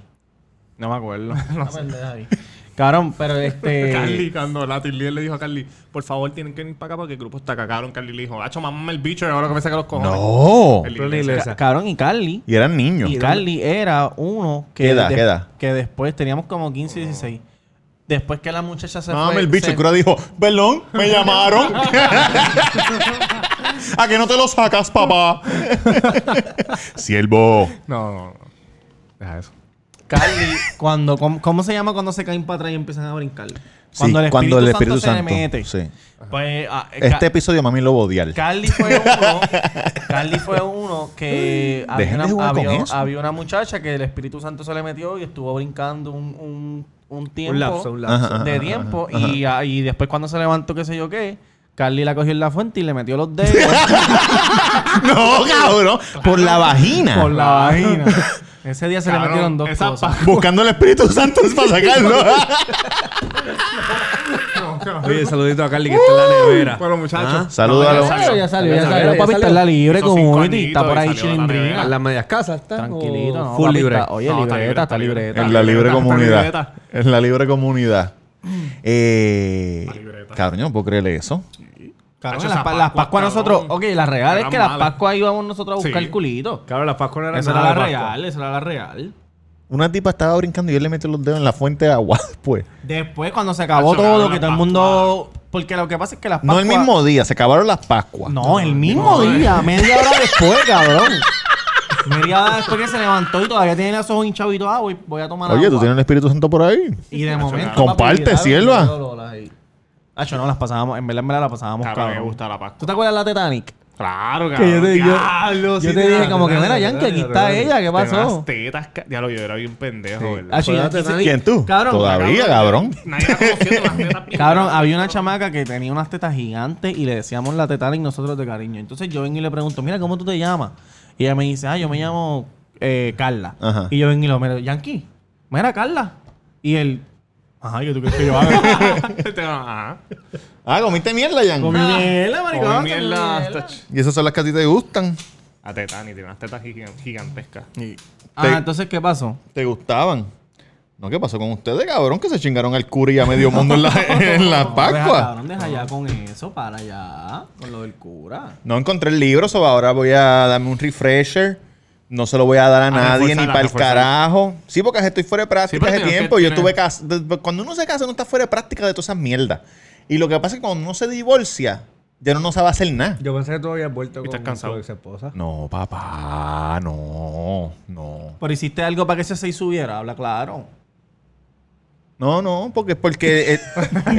no me acuerdo. Ah, pendeja ahí. Cabrón, pero este. Carly, cuando la team leader le dijo a Carly, por favor, tienen que ir para acá porque el grupo está cagaron. Carly le dijo, hacho, mamá el bicho y ahora que me saca los cojones. No. El- Pero ni iglesia. le- Ca- cabrón, y Carly. Oh. Y eran niños. Y Carly era uno que. ¿Qué edad, de- qué edad? Que después teníamos como 15, 16. Después que la muchacha se Mamá fue. el bicho. se- El cura dijo, perdón, me llamaron. ¿A que no te lo sacas, papá? Siervo. No, no, no. Deja eso. Carly, cuando, ¿cómo, cómo se llama cuando se caen para atrás y empiezan a brincar? Cuando Sí, cuando el Espíritu se le Santo, mete. sí. Pues, ah, eh, Este Ca- episodio, mami, lo va a odiar. Carly fue uno. Carly fue uno que había Dejen de una, jugar con había- eso. había una muchacha que el Espíritu Santo se le metió y estuvo brincando un, un, un tiempo. Un lapso, un lapso. Ajá, ajá, de ajá, tiempo. ajá. Y, ah, y después cuando se levantó, qué sé yo qué, Carly la cogió en la fuente y le metió los dedos No, cabrón. Por la vagina. por la vagina. Ese día se le Cabrón, metieron dos esa cosas. pa- Buscando el Espíritu Santo para sacarlo. Oye, saludito a Carly que está en la nevera. ¡Uh! Bueno, muchachos. Ah, saludos no, a ya los- salió. ya salió, ya salió, salió. ya Papi, está en la libre Esos cinco community. Está añitos por y ahí salió de la chilindrina. nevera. las medias casas están. Tranquilito, no, Full papi, libre. está- oye, No, está libreta, está libre, libreta. está En la libre libreta, comunidad. libreta. En la libre comunidad. Mm. Eh, cabrón, yo no puedo creerle eso. Cabrón, Hacho, las esa pa- las Pascua, Pascuas cabrón. nosotros... Ok, la real es Eran que las malas. Pascuas íbamos nosotros a buscar Sí. culitos. Claro, las Pascuas no eran Esa era la nada de Pascua. real, esa era la real. Una tipa estaba brincando y él le metió los dedos en la fuente de agua después. Después, cuando se acabó Hacho, todo, cabrón, que las todo el mundo... Porque lo que pasa es que las Pascuas... No el mismo día, se acabaron las Pascuas. No, eh. el mismo día, media hora después, cabrón. Media hora después que se levantó y todavía tiene los ojos hinchados y todo, ah, voy, voy a tomar Oye, agua. tú tienes el Espíritu Santo por ahí. Y de momento... Comparte, papi, sierva. tiraron dólares ahí. Hacho, no, las pasábamos, en verdad, en verdad, las pasábamos, Cabrón, cabrón. me gusta la Pascua. ¿Tú te acuerdas de la Titanic? Claro, Que yo cabrón. te, yo- Diablo, yo sí, te te- dije la como que, Titanic, mira, la Yankee, aquí Titanic, está la ella, ¿qué pasó? Ah, Unas tetas, ca- diablo, yo era bien pendejo, ¿verdad? Hacho, Yankee se- ¿Quién tú? Cabrón, Todavía, cabrón. Nadie la conocía, unas tetas bien Cabrón, grandes. había una chamaca que tenía unas tetas gigantes y le decíamos la Titanic nosotros de cariño. Entonces yo vengo y le pregunto, mira, ¿cómo tú te llamas? Y ella me dice, ah, yo me llamo eh, Carla. Ajá. Y yo vengo y lo miro, Yankee, mira Carla. Y él, ajá, ¿qué tú crees que yo haga? Te- ajá. Ah, comiste mierda, Jan. Comí mierda, maricón. comí Comí mierda, mierda. ach- Y esas son las que a ti te gustan. A Tetani, tiene unas tetas gigan- gigantescas. Ah, entonces, ¿qué pasó? Te gustaban. No, ¿qué pasó con ustedes, cabrón? Que se chingaron al cura y a medio mundo en la, en la No, Deja, Pascua. cabrón, deja ya con eso, para allá, con lo del cura. No encontré el libro, so ahora voy a darme un refresher. No se lo voy a dar a, nadie reforzarla, ni para el reforzarla. carajo. Sí, porque estoy fuera de Sí, práctica pero hace tienes que- tiempo. Yo tienes- estuve cas- de- Cuando uno se casa, no está fuera de práctica de todas esas mierdas. Y lo que pasa es que cuando uno se divorcia, ya uno no sabe hacer nada. Yo pensé que tú habías vuelto estás con cansado. tu ex esposa. No, papá, no, no. Pero hiciste algo para que ese 6 subiera, habla claro. No, no, porque porque el, el, el- el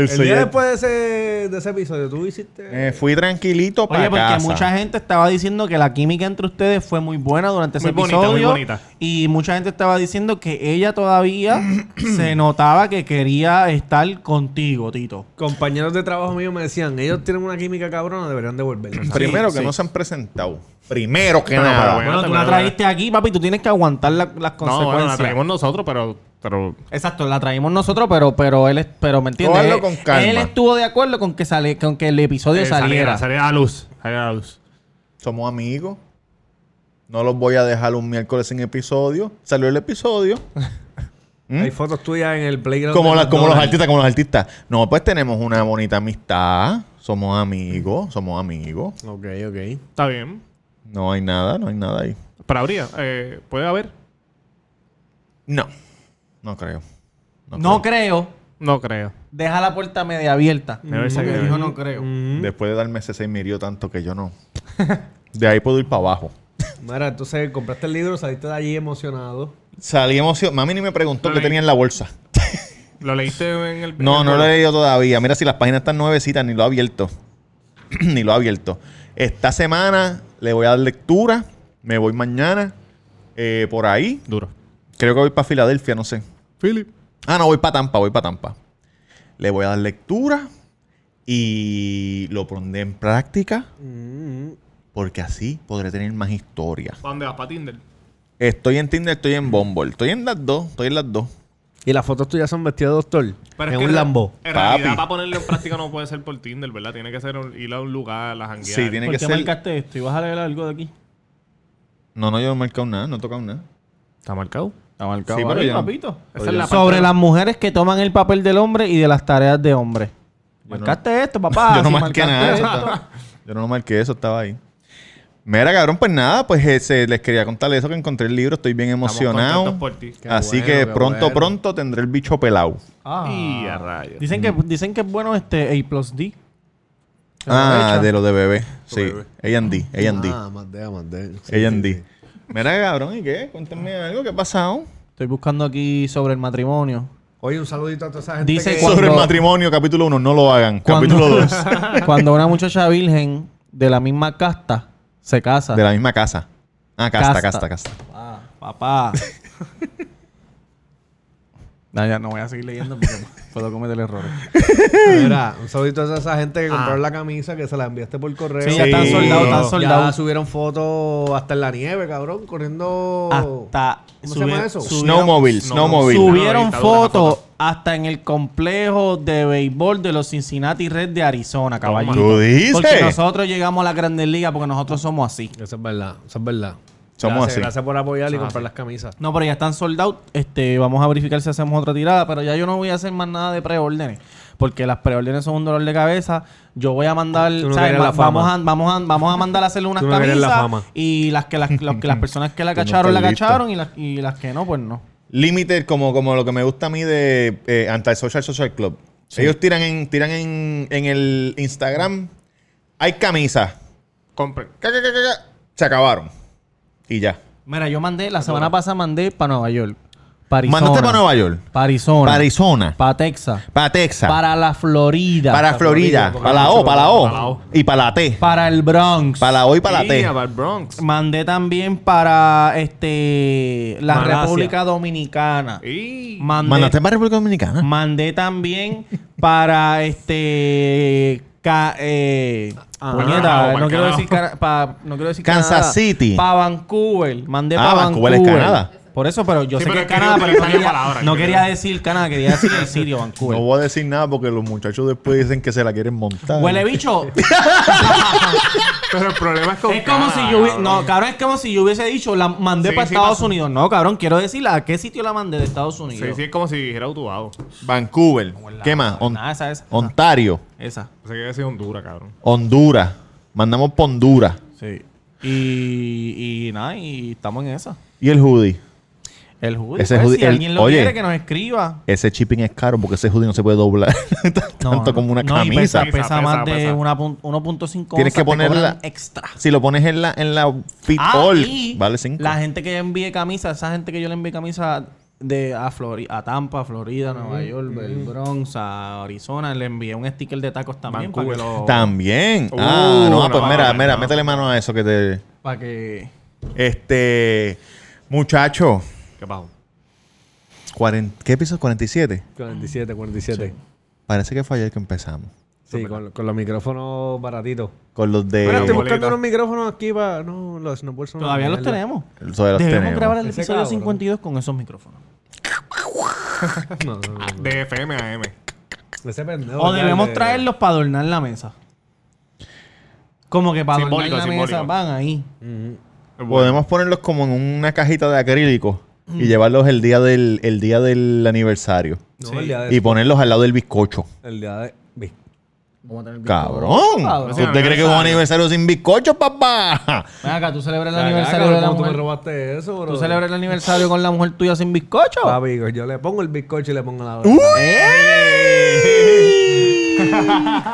El día señor- después de ese, de ese episodio, tú hiciste. eh, fui tranquilito para Oye, porque casa. mucha gente estaba diciendo que la química entre ustedes fue muy buena durante ese Muy bonita, episodio. muy bonita. Y mucha gente estaba diciendo que ella todavía se notaba que quería estar contigo, Tito. Compañeros de trabajo mío me decían, ellos tienen una química cabrona, deberían devolverla. Primero que no se han presentado. Primero que Pero, nada. pero, Bueno, Bueno, tú la pero- trajiste aquí, papi, tú tienes que aguantar la- las No, consecuencias. bueno, la traímos nosotros, pero... pero Exacto, la traímos nosotros, pero, pero él, es- pero me entiendes. Cójanlo Él- con calma. Él estuvo de acuerdo con que sale, con que el episodio eh, saliera. Saliera a la luz. Saliera a la luz. Somos amigos. No los voy a dejar un miércoles sin episodio. Salió el episodio. Hay fotos tuyas en el playground. Como, de las- como los McDonald's. artistas, como los artistas. No, pues tenemos una bonita amistad. Somos amigos, somos amigos. Ok, ok. Está bien. No hay nada, no hay nada ahí. Pero habría. eh, ¿Puede haber? No. No creo. no creo. No creo. Deja la puerta media abierta. Debe ser Porque que- dijo no creo. Mm. Después de darme ese 6 me hirió tanto que yo no. De ahí puedo ir para abajo. Mira, entonces compraste el libro, saliste de allí emocionado. Salí emocionado. Mami ni me preguntó qué Ay. tenía en la bolsa. ¿Lo leíste en el... No, en no el- lo he leído todavía. Mira, si las páginas están nuevecitas, ni lo he abierto. ni lo he abierto. Esta semana le voy a dar lectura. Me voy mañana. Eh, por ahí. Duro. Creo que voy para Filadelfia, no sé. Philip. Ah, no, voy para Tampa, voy para Tampa. Le voy a dar lectura y lo pondré en práctica Mm. porque así podré tener más historia. ¿Para dónde vas? ¿Para Tinder? Estoy en Tinder, estoy en Bumble. Estoy en las dos, estoy en las dos. Y las fotos tuyas son vestidas de doctor. Pero es en que un en- Lambo. En Papi. realidad, para ponerlo en práctica no puede ser por Tinder, ¿verdad? Tiene que ser un- ir a un lugar, a la janguear. Sí, tiene ¿Por que qué ser. marcaste esto? ¿Y vas a leer algo de aquí? No, no, yo no he marcado nada, no he tocado nada. ¿Está marcado? Está marcado. Sí, pero ahí, yo no- papito. Esa es la parte Sobre de- las mujeres que toman el papel del hombre y de las tareas de hombre. Yo no- Marcaste esto, papá. yo no Si marqué marcaste nada. eso esto. estaba- yo no marqué eso, estaba ahí. Mira, cabrón, pues nada, pues ese, les quería contar eso que encontré el libro, estoy bien Estamos emocionado. contentos por ti. Qué Así bueno, que qué pronto, bueno. pronto tendré el bicho pelado. Y a rayos. Ah. Dicen que, dicen que es bueno este A plus D. Ah, Aprovecha. de lo de bebé. Sí, A&D, A&D, Ah, más de, más de. Sí, sí, A&D. sí. Mira, cabrón, ¿y qué? Cuéntenme algo, ¿qué ha pasado? Estoy buscando aquí sobre el matrimonio. Oye, un saludito a toda esa gente. Dice que- Cuando- Sobre el matrimonio, capítulo 1, no lo hagan. Cuando- Capítulo 2, Cuando una muchacha virgen de la misma casta se casa. de la misma casa. Ah, casta, Casta. casta, casta. Papá, papá. no, ya no voy a seguir leyendo porque puedo cometer errores. Mira, un saludito a toda esa gente que compraron la camisa que se la enviaste por correo. Ah. Sí, ya están Sí. soldados, no. están Ya soldados. subieron fotos hasta en la nieve, cabrón, corriendo. Oh. Hasta ¿Cómo se llama eso? subieron- Snowmobile, no, snowmobile. sub- Subieron Ahorita dura la fotos foto. hasta en el complejo de béisbol de los Cincinnati Red de Arizona, caballito. ¿Tú dices? Porque nosotros llegamos a la Grandes Ligas porque nosotros somos así. Eso es verdad, eso es verdad. Somos gracias, así. Gracias por apoyar y comprar las camisas. No, pero ya están sold out. Este, vamos a verificar si hacemos otra tirada, pero ya yo no voy a hacer más nada de preórdenes. Porque las preórdenes son un dolor de cabeza. Yo voy a mandar, Tú no ¿sabes? querías la Va- vamos, fama. a, vamos, a, vamos a mandar a hacerle unas Tú no querías camisas. la fama. Y las que las, los que las personas que la Tú no cacharon, la estás listo. cacharon. Y las, y las que no, pues no. Limited, como, como lo que me gusta a mí de eh, Antisocial Social Club. Ellos tiran en, tiran en, en el Instagram. Hay camisas. Compren. Ca, ca, ca, ca, ca. Se acabaron. Y ya. Mira, yo mandé, la semana pasada mandé para Nueva York. Para Arizona. Mandaste para Nueva York. Para Arizona. Para Arizona. Para Texas. Para Texas. Para, Para la Florida. Florida. porque Para la O, mucho- para la para la O. O. Y para la T. Para el Bronx. Para la O y para la Sí, T. a Bad Bronx. Mandé también para este la Malasia. República Dominicana. Y... Mandé, Mandaste para República Mm, Dominicana. mandé también para este ca- eh, Ah, puñeta, carajo, pa'l no, quiero carajo. decir cara- pa- no quiero decir Kansas City. Para Vancouver. Mandé Ah, para Vancouver Vancouver. es Canadá. Por eso, pero yo Sí, sé pero que es quería Canadá, pero no utilizar la quería, palabra, no creo. quería decir Canadá, quería decir el sitio Vancouver. No voy a decir nada porque los muchachos después dicen que se la quieren montar. Huele bicho. Pero el problema es con Es como cara, si yo hubiese... cabrón. No, cabrón, es como si yo hubiese dicho, la mandé Sí, para sí, Estados pasó. Unidos. No, cabrón, quiero decir a qué sitio la mandé de Estados Unidos. Sí, sí, es como si dijera Utubao. Se Vancouver. ¿Qué más? On- Ah, esa, esa. Ontario. Esa. quiere decir Honduras, cabrón. Honduras. Mandamos para Honduras. Sí. Y, y nada, y estamos en esa. Y el hoodie. El hoodie. Ese pues, hoodie- si el- alguien lo oye. quiere, que nos escriba. Ese shipping es caro porque ese hoodie no se puede doblar No, tanto no, como una no, y camisa. pesa, pesa Pesa, más pesa, de pesa. una pun- 1.5 Tienes que onzas, te ponerla- cobran extra. Si lo pones en la, en la fit Ah, all, y vale 5. La gente que envíe camisa, esa gente que yo le envié camisa de a, Flori- a Tampa, Florida, Nueva York, el Bronx, a Arizona, le envié un sticker de tacos también para que lo- También. Uh, ah, no, no, pues no, mira, no, mira, no. métele mano a eso que te. para que Este. Muchacho. ¿Qué pasó? cuaren- ¿Qué episodio? 47. 47, 47. Parece que fue ayer que empezamos. Sí, con, con los micrófonos baratitos. Con los de. Bueno, estoy boleta. buscando unos micrófonos aquí para. No, los no bolsos no, Todavía los mierda. tenemos. Todavía los Debemos tenemos. grabar el Ese episodio cabrón. 52 con esos micrófonos. No, no, no, De FM a M. no. Ese pendejo. O debemos dale. traerlos para adornar la mesa. Como que para adornar Simbólico, la mesa simbólico. van ahí. Podemos ponerlos como en una cajita de acrílico Mm. y llevarlos el día del, el día del aniversario. No, el día de. Y ponerlos al lado del bizcocho. El día de. vi. Vamos a tener ¡Cabrón! cabrón. ¿Usted cree que es un aniversario sin bizcocho, papá? Ven acá, tú celebras el Acá, aniversario cabrón, de la ¿cómo tú me mujer. robaste eso, bro? Tú celebras el aniversario con la mujer tuya sin bizcocho. Papi, yo le pongo el bizcocho y le pongo la. ¡Uy!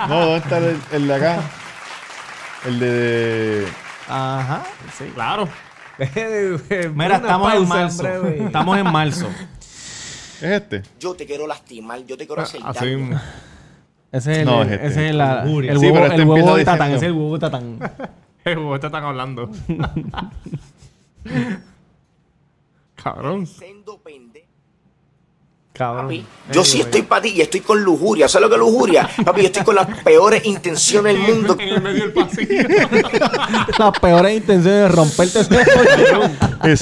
no, ¿dónde está el, el de acá? El de... Ajá. Sí. Claro. Mira, Mira, estamos en marzo. Estamos en marzo. ¿Es este? Yo te quiero lastimar, yo te quiero Pues aceitar. Ah, Así mismo. Ese es el, No, es este. ese es la- el huevo, Lujuria. el Sí, pero este empieza huevo de Tatán. diciendo- Ese es el huevo de Tatán. Eh, vos te están hablando. Cabrón. Cabrón. Yo sí estoy para ti y estoy con lujuria. ¿Sabes lo que es lujuria? Papi, yo estoy con las peores intenciones del mundo. Las peores intenciones de romperte ese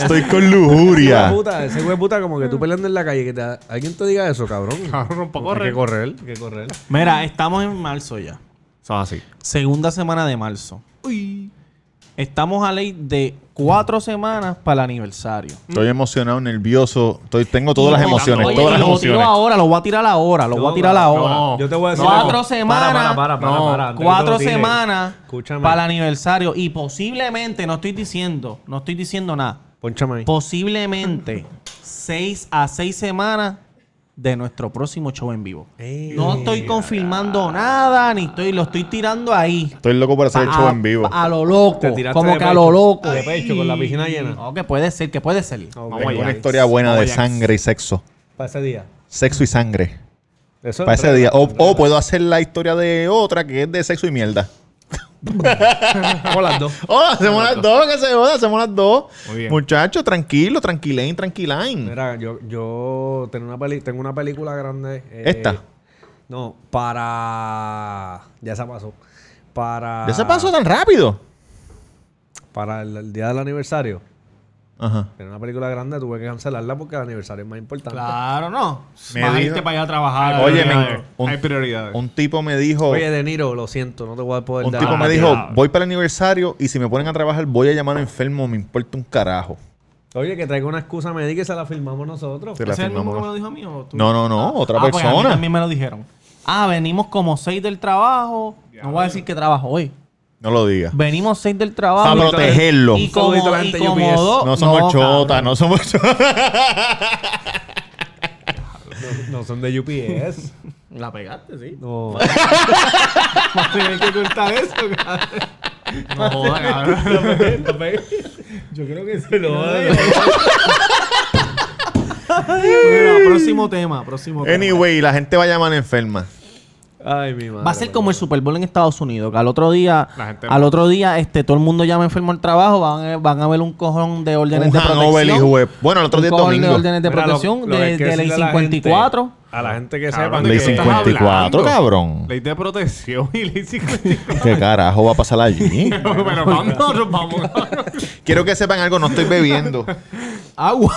Estoy con Ese lujuria. hueputa, ese hueputa como que tú peleando en la calle, que te, alguien te diga eso, cabrón. Cabrón, pa' Hay correr. que correr, hay que correr. Mira, estamos en marzo ya. Eso es así. Segunda semana de marzo. Estamos a ley de cuatro semanas para el aniversario. Estoy emocionado, nervioso. Estoy, tengo todas las Oye, emociones. oye, todas y las lo tiro emociones. ahora, lo voy a tirar ahora, lo voy a tirar ahora. no. Yo te voy a decir. Cuatro algo. semanas. Para, para, para, para, No, para, antes que Cuatro lo tires. semanas Escúchame. para el aniversario. Y posiblemente, no estoy diciendo, no estoy diciendo nada. Pónchame ahí. Posiblemente seis a seis semanas de nuestro próximo show en vivo. Ey, no estoy confirmando nada, ni estoy, lo estoy tirando ahí. Estoy loco por hacer el Pa- Este show a- en vivo. A lo loco. Te tiraste Como de que a pecho, Ah, lo loco. de pecho, con la piscina Ay, llena. No, que puede ser, que puede ser. Ok. Tengo una Vamos allá. historia buena de Vamos allá. sangre y sexo. Para ese día. Sexo y sangre. ah. Eso Para ese entrega, día. O, entrega. o puedo hacer la historia de otra que es de sexo y mierda. O las dos. ¡Oh! Hacemos las dos, que se joda, hacemos las dos. Muy bien. Muchachos, tranquilo, tranquilain, tranquilain. Mira, yo, yo tengo, una peli- tengo una película grande. eh, ¿Esta? No, para. Ya se pasó. Para. ¿Ya se pasó tan rápido? Para el, el día del aniversario. Ajá. Tengo una película grande, tuve que cancelarla porque el aniversario es más importante. Claro, no. Me Bajiste dijo- para allá a trabajar. Oye, Pero- me- un, Hay prioridades. un tipo me dijo. Oye, De Niro, lo siento, no te voy a poder un dar. tipo Ah, me tío. dijo, voy para el aniversario y si me ponen a trabajar voy a llamar enfermo, me importa un carajo. Oye, que traiga una excusa médica y se la firmamos nosotros. Se la ¿Ese es el mismo firmamos. que me lo dijo a mí o tú? No, no, no, otra pues a mí persona. también me lo dijeron. Ah, venimos como seis del trabajo. No voy a decir que trabajo hoy. No lo diga. Venimos seis del Para trabajo. Sabrosito, protegerlo. Y como, Saludito a la y gente de como UPS. dos- No somos cabrón. chotas, no somos chotas. No, no son de UPS. La pegaste, sí. no. Vas a tener que cortar eso, cabrón. No joda, cabrón. Yo creo que sí. Bueno, próximo tema, próximo tema. Anyway, la gente va a llamar enferma. Ay, mi madre. Va a ser como el Super Bowl en Estados Unidos, que al otro día, La gente- al otro día, este, todo el mundo llama enfermo al trabajo, van a, van a ver un cojón de órdenes Un de hangover, protección. hijo de- bueno, el otro Un día es cojón de domingo. órdenes de Mira, lo- protección lo que hay de, que de ley decirle a la gente- 54. A la gente que Cabrón, sepa. ¿de Ley qué estás 54, hablando? cabrón. Ley de protección y ley 54. ¿Qué carajo va a pasar allí? Pero vamos, nos vamos. cabrón. Quiero que sepan algo, no estoy bebiendo. Agua.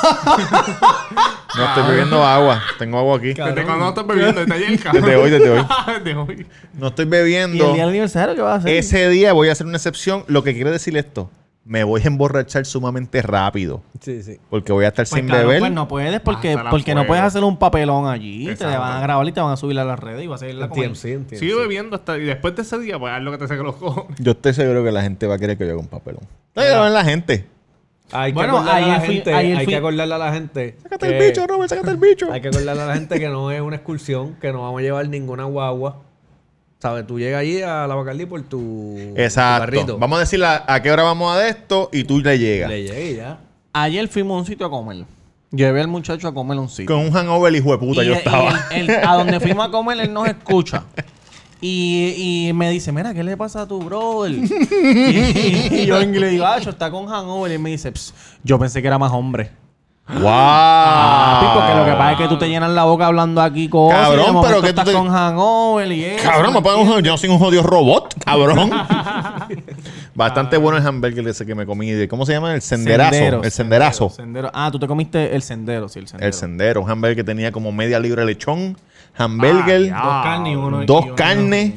No estoy bebiendo agua. Tengo agua aquí. Desde cuando estás bebiendo, desde ayer, cabrón. Desde hoy, desde hoy. Desde hoy. No estoy ¿Y el bebiendo. día del aniversario qué vas a hacer? Ese día voy a hacer una excepción. Lo que quiere decir esto, me voy a emborrachar sumamente rápido. Sí, sí. Porque voy a estar Pues, sin cabrón, beber. pues no puedes porque, Hasta la porque no fuego. puedes hacer un papelón allí. Te Exacto. van a grabar y te van a subir a las redes y vas a ir a la Entiendo, sí, entiendo. Sigue bebiendo hasta. Y después de ese día, pues haz lo que te saque los cojones. Yo estoy seguro que la gente va a querer que yo haga un papelón. Pero ven la gente. Hay que Bueno, acordarle a la ayer fui- gente, ayer hay fui- que acordarle a la gente. Sácate que- el bicho, Robert, sácate el bicho. Hay que acordarle a la gente que no es una excursión, que no vamos a llevar ninguna guagua. ¿Sabes? Tú llegas allí a la Bacardí por tu, tu Exacto. carrito. Vamos a decir la- a qué hora vamos a de esto y tú le llegas. Le llegué y ya. Ayer fuimos a un sitio a comer. Llevé al muchacho a comer un sitio. Con un hangover, hijo de puta, Y yo el- estaba. y el- el- a donde fuimos a comer, él nos escucha. Y, y me dice, mira, ¿qué le pasa a tu brother? Y, y yo en inglés digo, "Acho, está con hangover. Y él me dice, "Ps, yo pensé que era más hombre. ¡Wow! Papi, porque lo que pasa es que tú te llenas la boca hablando aquí cosas. Ah. Cabrón, y de momento pero que tú estás te- con hangover y eso. Cabrón, me ¿me pagan un, yo no soy un jodido robot, cabrón. Bastante bueno el hamburger ese que me comí. de- ¿Cómo se llama? El senderazo. Sendero, el senderazo. Sendero. Ah, tú te comiste el sendero, sí, el sendero. El sendero. Un hamburger que tenía como media libra de lechón. Hamburger. Ah, Dos carnes y uno de dos y uno de- carnes,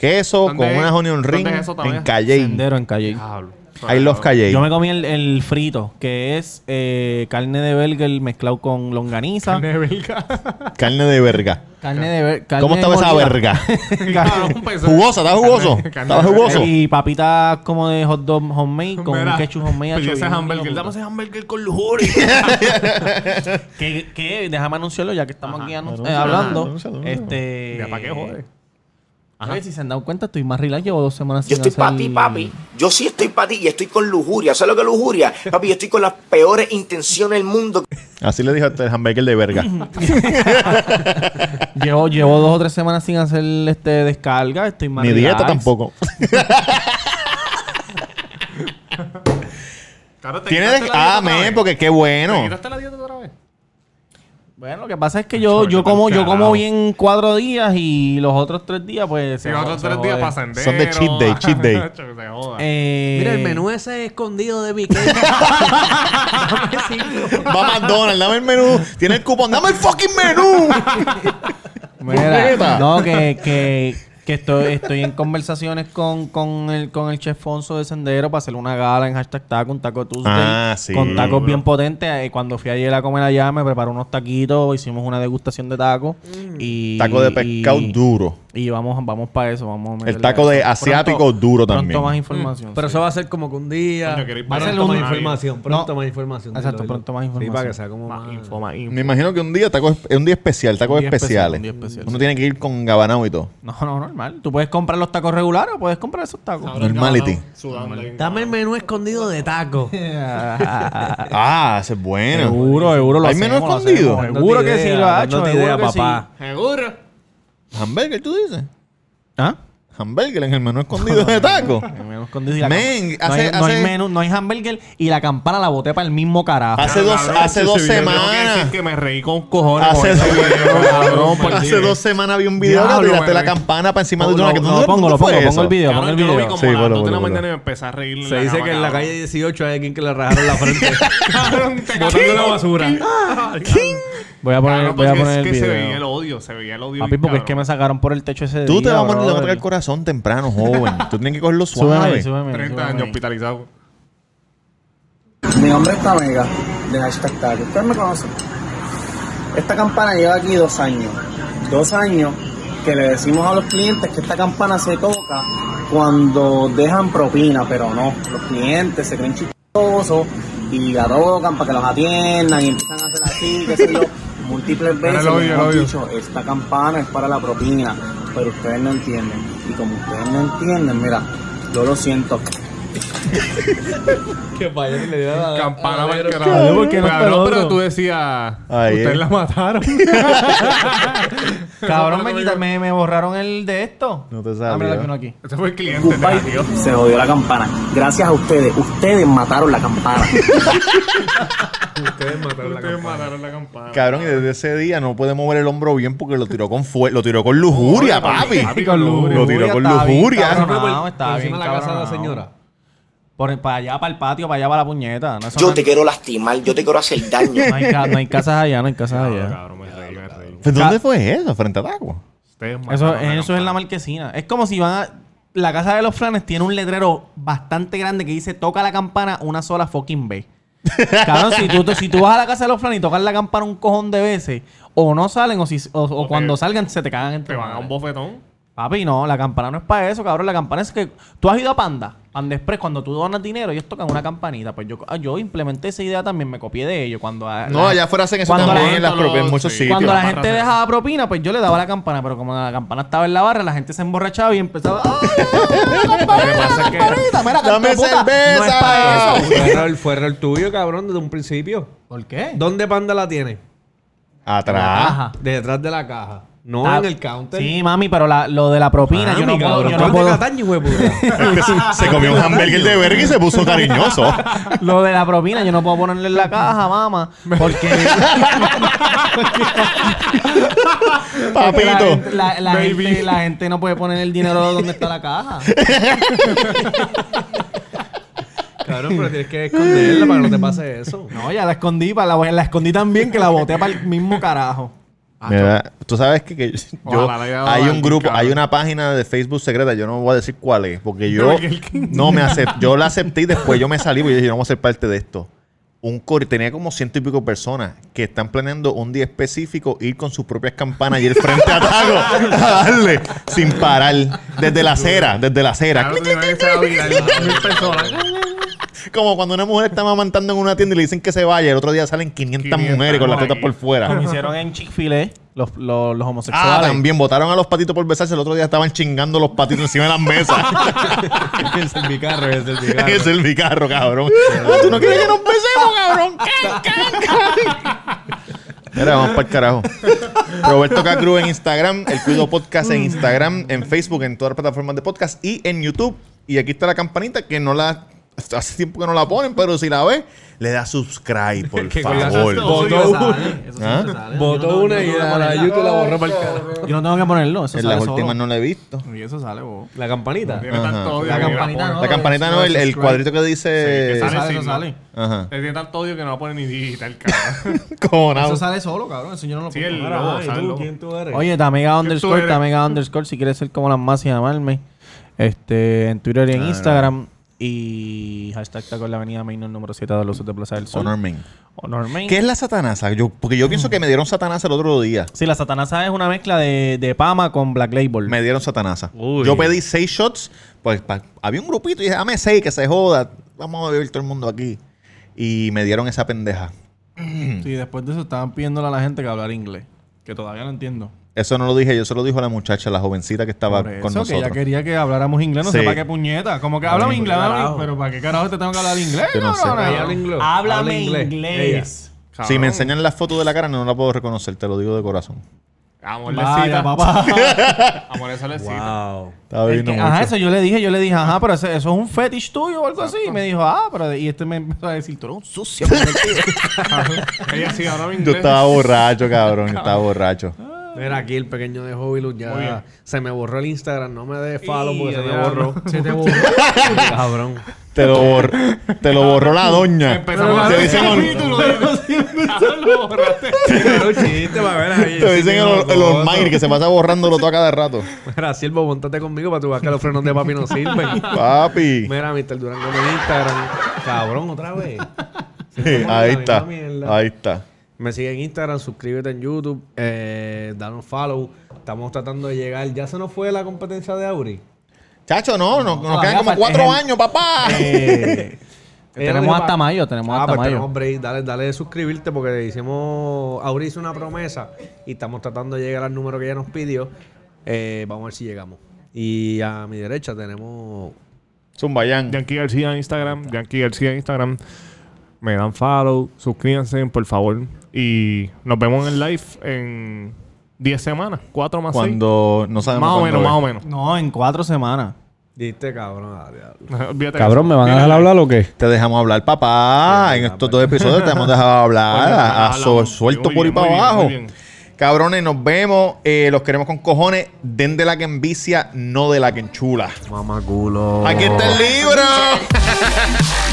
queso ¿Dónde con es? unas onion ¿Dónde ring es eso también? en Calle. Sendero en calle. Diablo. I love Calle. Yo me comí el, el frito, que es eh, carne de belger mezclado con longaniza. Carne, De belga. Carne de verga. de belger. ¿Cómo estaba esa verga? Ah, Cabrón, pues, jugosa, estaba jugoso. Carne- carne Estaba de jugoso. Y papitas como de hot dog homemade con Mira, ketchup homemade. pedí hacho, ese bien hamburger. bonito. Dame ese hamburger con lujuria. Que, que déjame anunciarlo ya que estamos aquí anun- Anúncialo, eh, hablando. anúncialo, anúncialo. Este. Ya, ¿pa' qué joder? Ajá. Oye, si se han dado cuenta, estoy más relax. Llevo dos semanas Yo estoy hacer- para ti, papi. Yo sí estoy para ti y estoy con lujuria. ¿Sabes lo que es lujuria? Papi, yo estoy con las peores intenciones del mundo. Así le dijo el hamburger de verga. Llevo, llevo dos o tres semanas sin hacer este descarga. Estoy más Ni dieta relax. tampoco. Claro, te Tiene de... quitaste la dieta Ah, otra men, vez. porque qué ¿Te bueno. quitaste la dieta otra vez? Bueno, lo que pasa es que yo, Chacho, yo vete como, pa'l yo como carajo. bien cuatro días y los otros tres días, pues. Sí, los jo- otros tres jode. días pasan de Son de cheat day, cheat day. se joda. Eh, Mira, el menú ese escondido de Big Cake. Dame cinco. Va a McDonald's, dame el menú. Tiene el cupón, dame el fucking menú. Mira, Puñeta. no, que, que, que estoy, estoy en conversaciones con, con, el, con el chef Fonso de Sendero para hacer una gala en hashtag taco, un taco Tuesday. Ah, sí. Con tacos Seguro. bien potentes. Eh, Cuando fui ayer a comer allá, me preparó unos taquitos, hicimos una degustación de tacos. Mm. Y, Taco de pescado y- duro. Y vamos, vamos para eso. Vamos a meterle El taco a de eso. asiático Pronto- duro Pronto también. más información. Pero sí. eso va a ser como que un día. Coño, quiero ir Va a para ser pronto una más información. Pronto No. más información. Exacto, dilo, dilo. pronto más Sí, para información. que sea como Más más. info, más info. Me imagino que un día taco es, es un día especial, tacos Un día especial, especiales. un día especial, Uno sí. tiene que ir con gabanao y todo. No, no, normal. Tú puedes comprar los tacos regulares o puedes comprar esos tacos. Ahora el Normality. cabrón sudando ahí. Dame el menú escondido de taco. Ah, ese es bueno. Seguro, seguro lo ¿Hay menú hacemos, lo escondido? hacemos. Seguro que sí lo ha hecho, No seguro idea, que sí. papá. Seguro. Hamburger, tú dices. ¿Ah? Hamburger en el menú escondido de taco. El menú escondido y la Men, cam- no, hace- hay, no hay hace- menú, no hay hamburger y la campana la boté para el mismo carajo. Hace dos, Cabrón, hace sí, dos sí, yo tengo que decir semanas. que me reí con cojones. Hace, con esa huevona, cabrón, por hace Dios. dos semanas vi un video que Diablo, tiraste la bebé. campana para encima de Lo- una que lo- lo pongo, lo ¿dónde fue pongo, eso? pongo el video, pongo el Cabrón, yo lo vi video. como Sí, a las ponlo, dos de la ponlo, mañana y me empecé a reír. en Se dice cama, que en la cabrón. calle 18 hay alguien que le rajaron la frente. Cabrón, te botando cabrón. la basura. Voy a poner, Cabrón, voy a porque poner pues es el que se veía el video. odio, se veía el odio. Papi, bien, porque es que cabrón. me sacaron por el techo ese día. Tú te vas a morir de brother. matar el corazón temprano, joven. Tú tienes que cogerlo Súbeme, suave. súbeme. 30 años hospitalizado. Mi nombre es Tamega, de Hashtag Taco. Ustedes me conocen. Esta campana lleva aquí dos años. Dos años que le decimos a los clientes que esta campana se toca cuando dejan propina, pero no. Los clientes se creen chistosos y la tocan para que los atiendan y empiezan a hacer así, qué sé yo, múltiples veces. el odio, les el hemos odio. dicho, esta campana es para la propina, pero ustedes no entienden. Y como ustedes no entienden, mira, yo lo siento. que vaya y le dio la Campana para el Cabrón, carajo. ¿por qué no está el Cabrón, pero otro? tú decías. Ay, eh. Ustedes la mataron. Cabrón, me, quita- me, me borraron el de esto. No te Ah, mira, salió. aquí uno aquí. Ese fue el cliente. te la dio. Se jodió la campana. Gracias a ustedes. Ustedes mataron la campana. Ustedes mataron la Ustedes campana. mataron la campana. Cabrón, y desde ese día no puede mover el hombro bien porque lo tiró con fue lo tiró con lujuria, papi. papi, con lujuria. Lo tiró con Estaba bien lujuria. cabronado, Por- estaba por bien encima de la casa de la cabronado. señora. Por, para allá, para el patio, para allá, para la puñeta. No, eso Yo no- te quiero lastimar, yo te quiero hacer daño. no hay, ca- no hay casas allá, no hay casas allá. Cabrón, me reí, me reí. ¿Pero ¿Dónde fue eso? Frente a Taco. Ustedes mataron Eso, la eso es campana. la marquesina. Es como si van a. La casa de los flanes tiene un letrero bastante grande que dice: toca la campana una sola fucking vez. Cabrón, si tú, si tú vas a la casa de los flanes y tocas la campana un cojón de veces, o no salen, o, si, o, o te- cuando salgan se te cagan en tu Te van a madre. un bofetón. Papi, no, la campana no es para eso, cabrón. La campana es que. Tú has ido a Panda, Panda Express, cuando tú donas dinero, ellos tocan una campanita. Pues yo, ah, yo implementé esa idea también, me copié de ellos. Cuando a- No, la- allá afuera hacen eso Cuando también la en, las gente lo- propias- en muchos sí. sitios. Cuando la barra gente se- dejaba propina, pues yo le daba la campana, pero como la campana estaba en la barra, la gente se emborrachaba y empezaba. ¡Ay, campanita, pasa es que- campanita! Mira, ¡Dame canto de puta, cerveza! No es para eso. Fue error- Fue error tuyo, cabrón, desde un principio. ¿Por qué? ¿Dónde Panda la tiene? Ah. Atrás. Ajá. Detrás de la caja. No Ah, en el counter. Sí, mami, pero la- lo de la propina, yo no Mami, puedo. cabrón, Yo no tú eres de puedo. Cataño, hijo de puta. Es que se- se comió un hamburger de verga y se puso cariñoso. Lo de la propina, yo no puedo ponerle en la caja, mamá. Porque. porque la Papito. gente- La, la Baby. gente, la gente no puede poner el dinero donde está la caja. Cabrón, pero tienes que esconderla para que no te pase eso. No, ya la escondí, para la, la escondí tan bien que la boté para el mismo carajo. Mira, tú sabes que, que yo- Ojalá le haya dado hay a un alguien, grupo, hay cabrón. una página de Facebook secreta, yo no voy a decir cuál es, porque yo Burger King. no me acep- yo la acepté y después yo me salí porque yo dije, yo no voy a ser parte de esto. Un core, tenía como ciento y pico personas que están planeando un día específico ir con sus propias campanas y el frente a Tago a darle sin parar desde la acera, desde la acera. Claro, tú tienes que ser viral. Mil personas. Como cuando una mujer está mamantando en una tienda y le dicen que se vaya, el otro día salen 500, 500 mujeres con las tetas ahí. por fuera. Como hicieron en Chick-fil-A, los, los, los Ah, homosexuales. también votaron a los patitos por besarse. El otro día estaban chingando los patitos encima de las mesas. es el bicarro, es el bicarro. es el bicarro, cabrón. Ah, ¿Tú no quieres que nos besemos, cabrón? ¡Can, can, can! Mira, vamos para el carajo. Roberto Cacru en Instagram, El Cuido Podcast en Instagram, en Facebook, en todas las plataformas de podcast y en YouTube. Y aquí está la campanita que no la Hace tiempo que no la ponen, pero si la ves, le da subscribe, por Que con la- favor. eso sí una. Botó me sale, eso sí me ¿Ah? Votó una y la, la YouTube la borró para el cara. Yo no tengo que ponerlo. Eso En sale las solo. últimas no la he visto. Y eso sale, bobo. La campanita. Tiene tanto Ajá. odio. La que campanita pone. no. La campanita no, el, el Subscribe. cuadrito que dice. Que Eso sale sale, sin, eso ¿no? sale. Ajá. Él tiene tanto odio que no va a poner ni digital, cabrón. Como nada. Eso sale solo, cabrón. Eso yo no lo Sí, pongo. el Mira, lobo, ay, sale el tú, lobo. ¿Quién tú eres? Oye, Tamega underscore, eres? Tamega underscore, si quieres ser como las más y llamarme. Este, en Twitter y en Claro. Instagram. Y hashtag taco en la avenida Main número 7 de los de Plaza del Sol. Honor Main. Honor Main. ¿Qué es la satanasa? Yo, porque yo pienso que me dieron satanasa el otro día. Sí, la satanasa es una mezcla de, de pama con black label. Me dieron satanasa. Uy. Yo pedí seis shots. Pues pa- había un grupito y dije, dame seis, que se joda. Vamos a beber todo el mundo aquí. Y me dieron esa pendeja. Sí, después de eso estaban pidiéndole a la gente que hablar inglés. Que todavía no entiendo. Eso no lo dije yo, eso lo dijo la muchacha, la jovencita que estaba Por con eso, que nosotros. ella quería que habláramos inglés, no Sí. sé para qué puñeta. Como que hablamos Ay, inglés, háblame- carajo. pero ¿para qué carajo te tengo que hablar inglés? Yo no sé. cabrona? Ella habla inglés. Habla Háblame inglés. inglés. Si me enseñan la foto de la cara, no la puedo reconocer, te lo digo de corazón. Amor le Vaya, cita. papá. Amor eso le cita. Wow. Estaba El viendo que- mucho. ajá, eso yo le dije, yo le dije, ajá, pero ese- eso es un fetish tuyo o algo así. Y me dijo, ah, pero. Y este me empezó a decir, tú eres un sucio. Ella sí hablaba Yo inglés. estaba borracho, cabrón. Yo estaba borracho. Mira, aquí el pequeño de Hobilus Muy bien. ya se me borró el Instagram. No me des follow porque Y se me diablo. borró. Se te borró. Cabrón. Te lo, bor- te lo borró la doña. Empezamos Te a dicen, hacer el, capítulo. Lo borraste. Era un chiste, pa' ver ahí. te dicen el, el Mocoso. Almighty que se pasa borrándolo todo a cada rato. Mira, siervo, montate conmigo para tu ver que los frenos de papi no sirven. Papi. Mira, Mr. Durán Gómez en Instagram. Cabrón, otra vez. Ahí la está. misma mierda. Ahí está. Me sigue en Instagram, suscríbete en YouTube, eh, danos follow. Estamos tratando de llegar. Ya se nos fue la competencia de Auri. Chacho, no, no- nos quedan todavía como fal- cuatro es el- años, papá. Eh, Ella tenemos dijo hasta pa- mayo, tenemos Ah, hasta pues mayo. tenemos break. Dale, dale de suscribirte porque hicimos. Auri hizo una promesa y estamos tratando de llegar al número que ella nos pidió. Eh, vamos a ver si llegamos. Y a mi derecha tenemos. Zumbayán. Yankee García en Instagram, Yankee García en Instagram. Me dan follow, suscríbanse, por favor. Y nos vemos en el live en 10 semanas, 4 más 6. Cuando no sabemos. Más o cuándo menos, más o es. menos. no, en cuatro semanas. Diste cabrón. ah, diablo. Olvídate de Cabrón, eso. ¿me van a Viene dejar el live. hablar o qué? Te dejamos hablar, papá. Sí, en papá. estos dos episodios te hemos dejado hablar. Coño, a- a hablamos. so- suelto Muy por ahí bien, para muy bien, abajo. muy bien. Cabrones, nos vemos. Eh, los queremos con cojones. Den de la que envicia, no de la que enchula. Mamá culo. Aquí está el libro.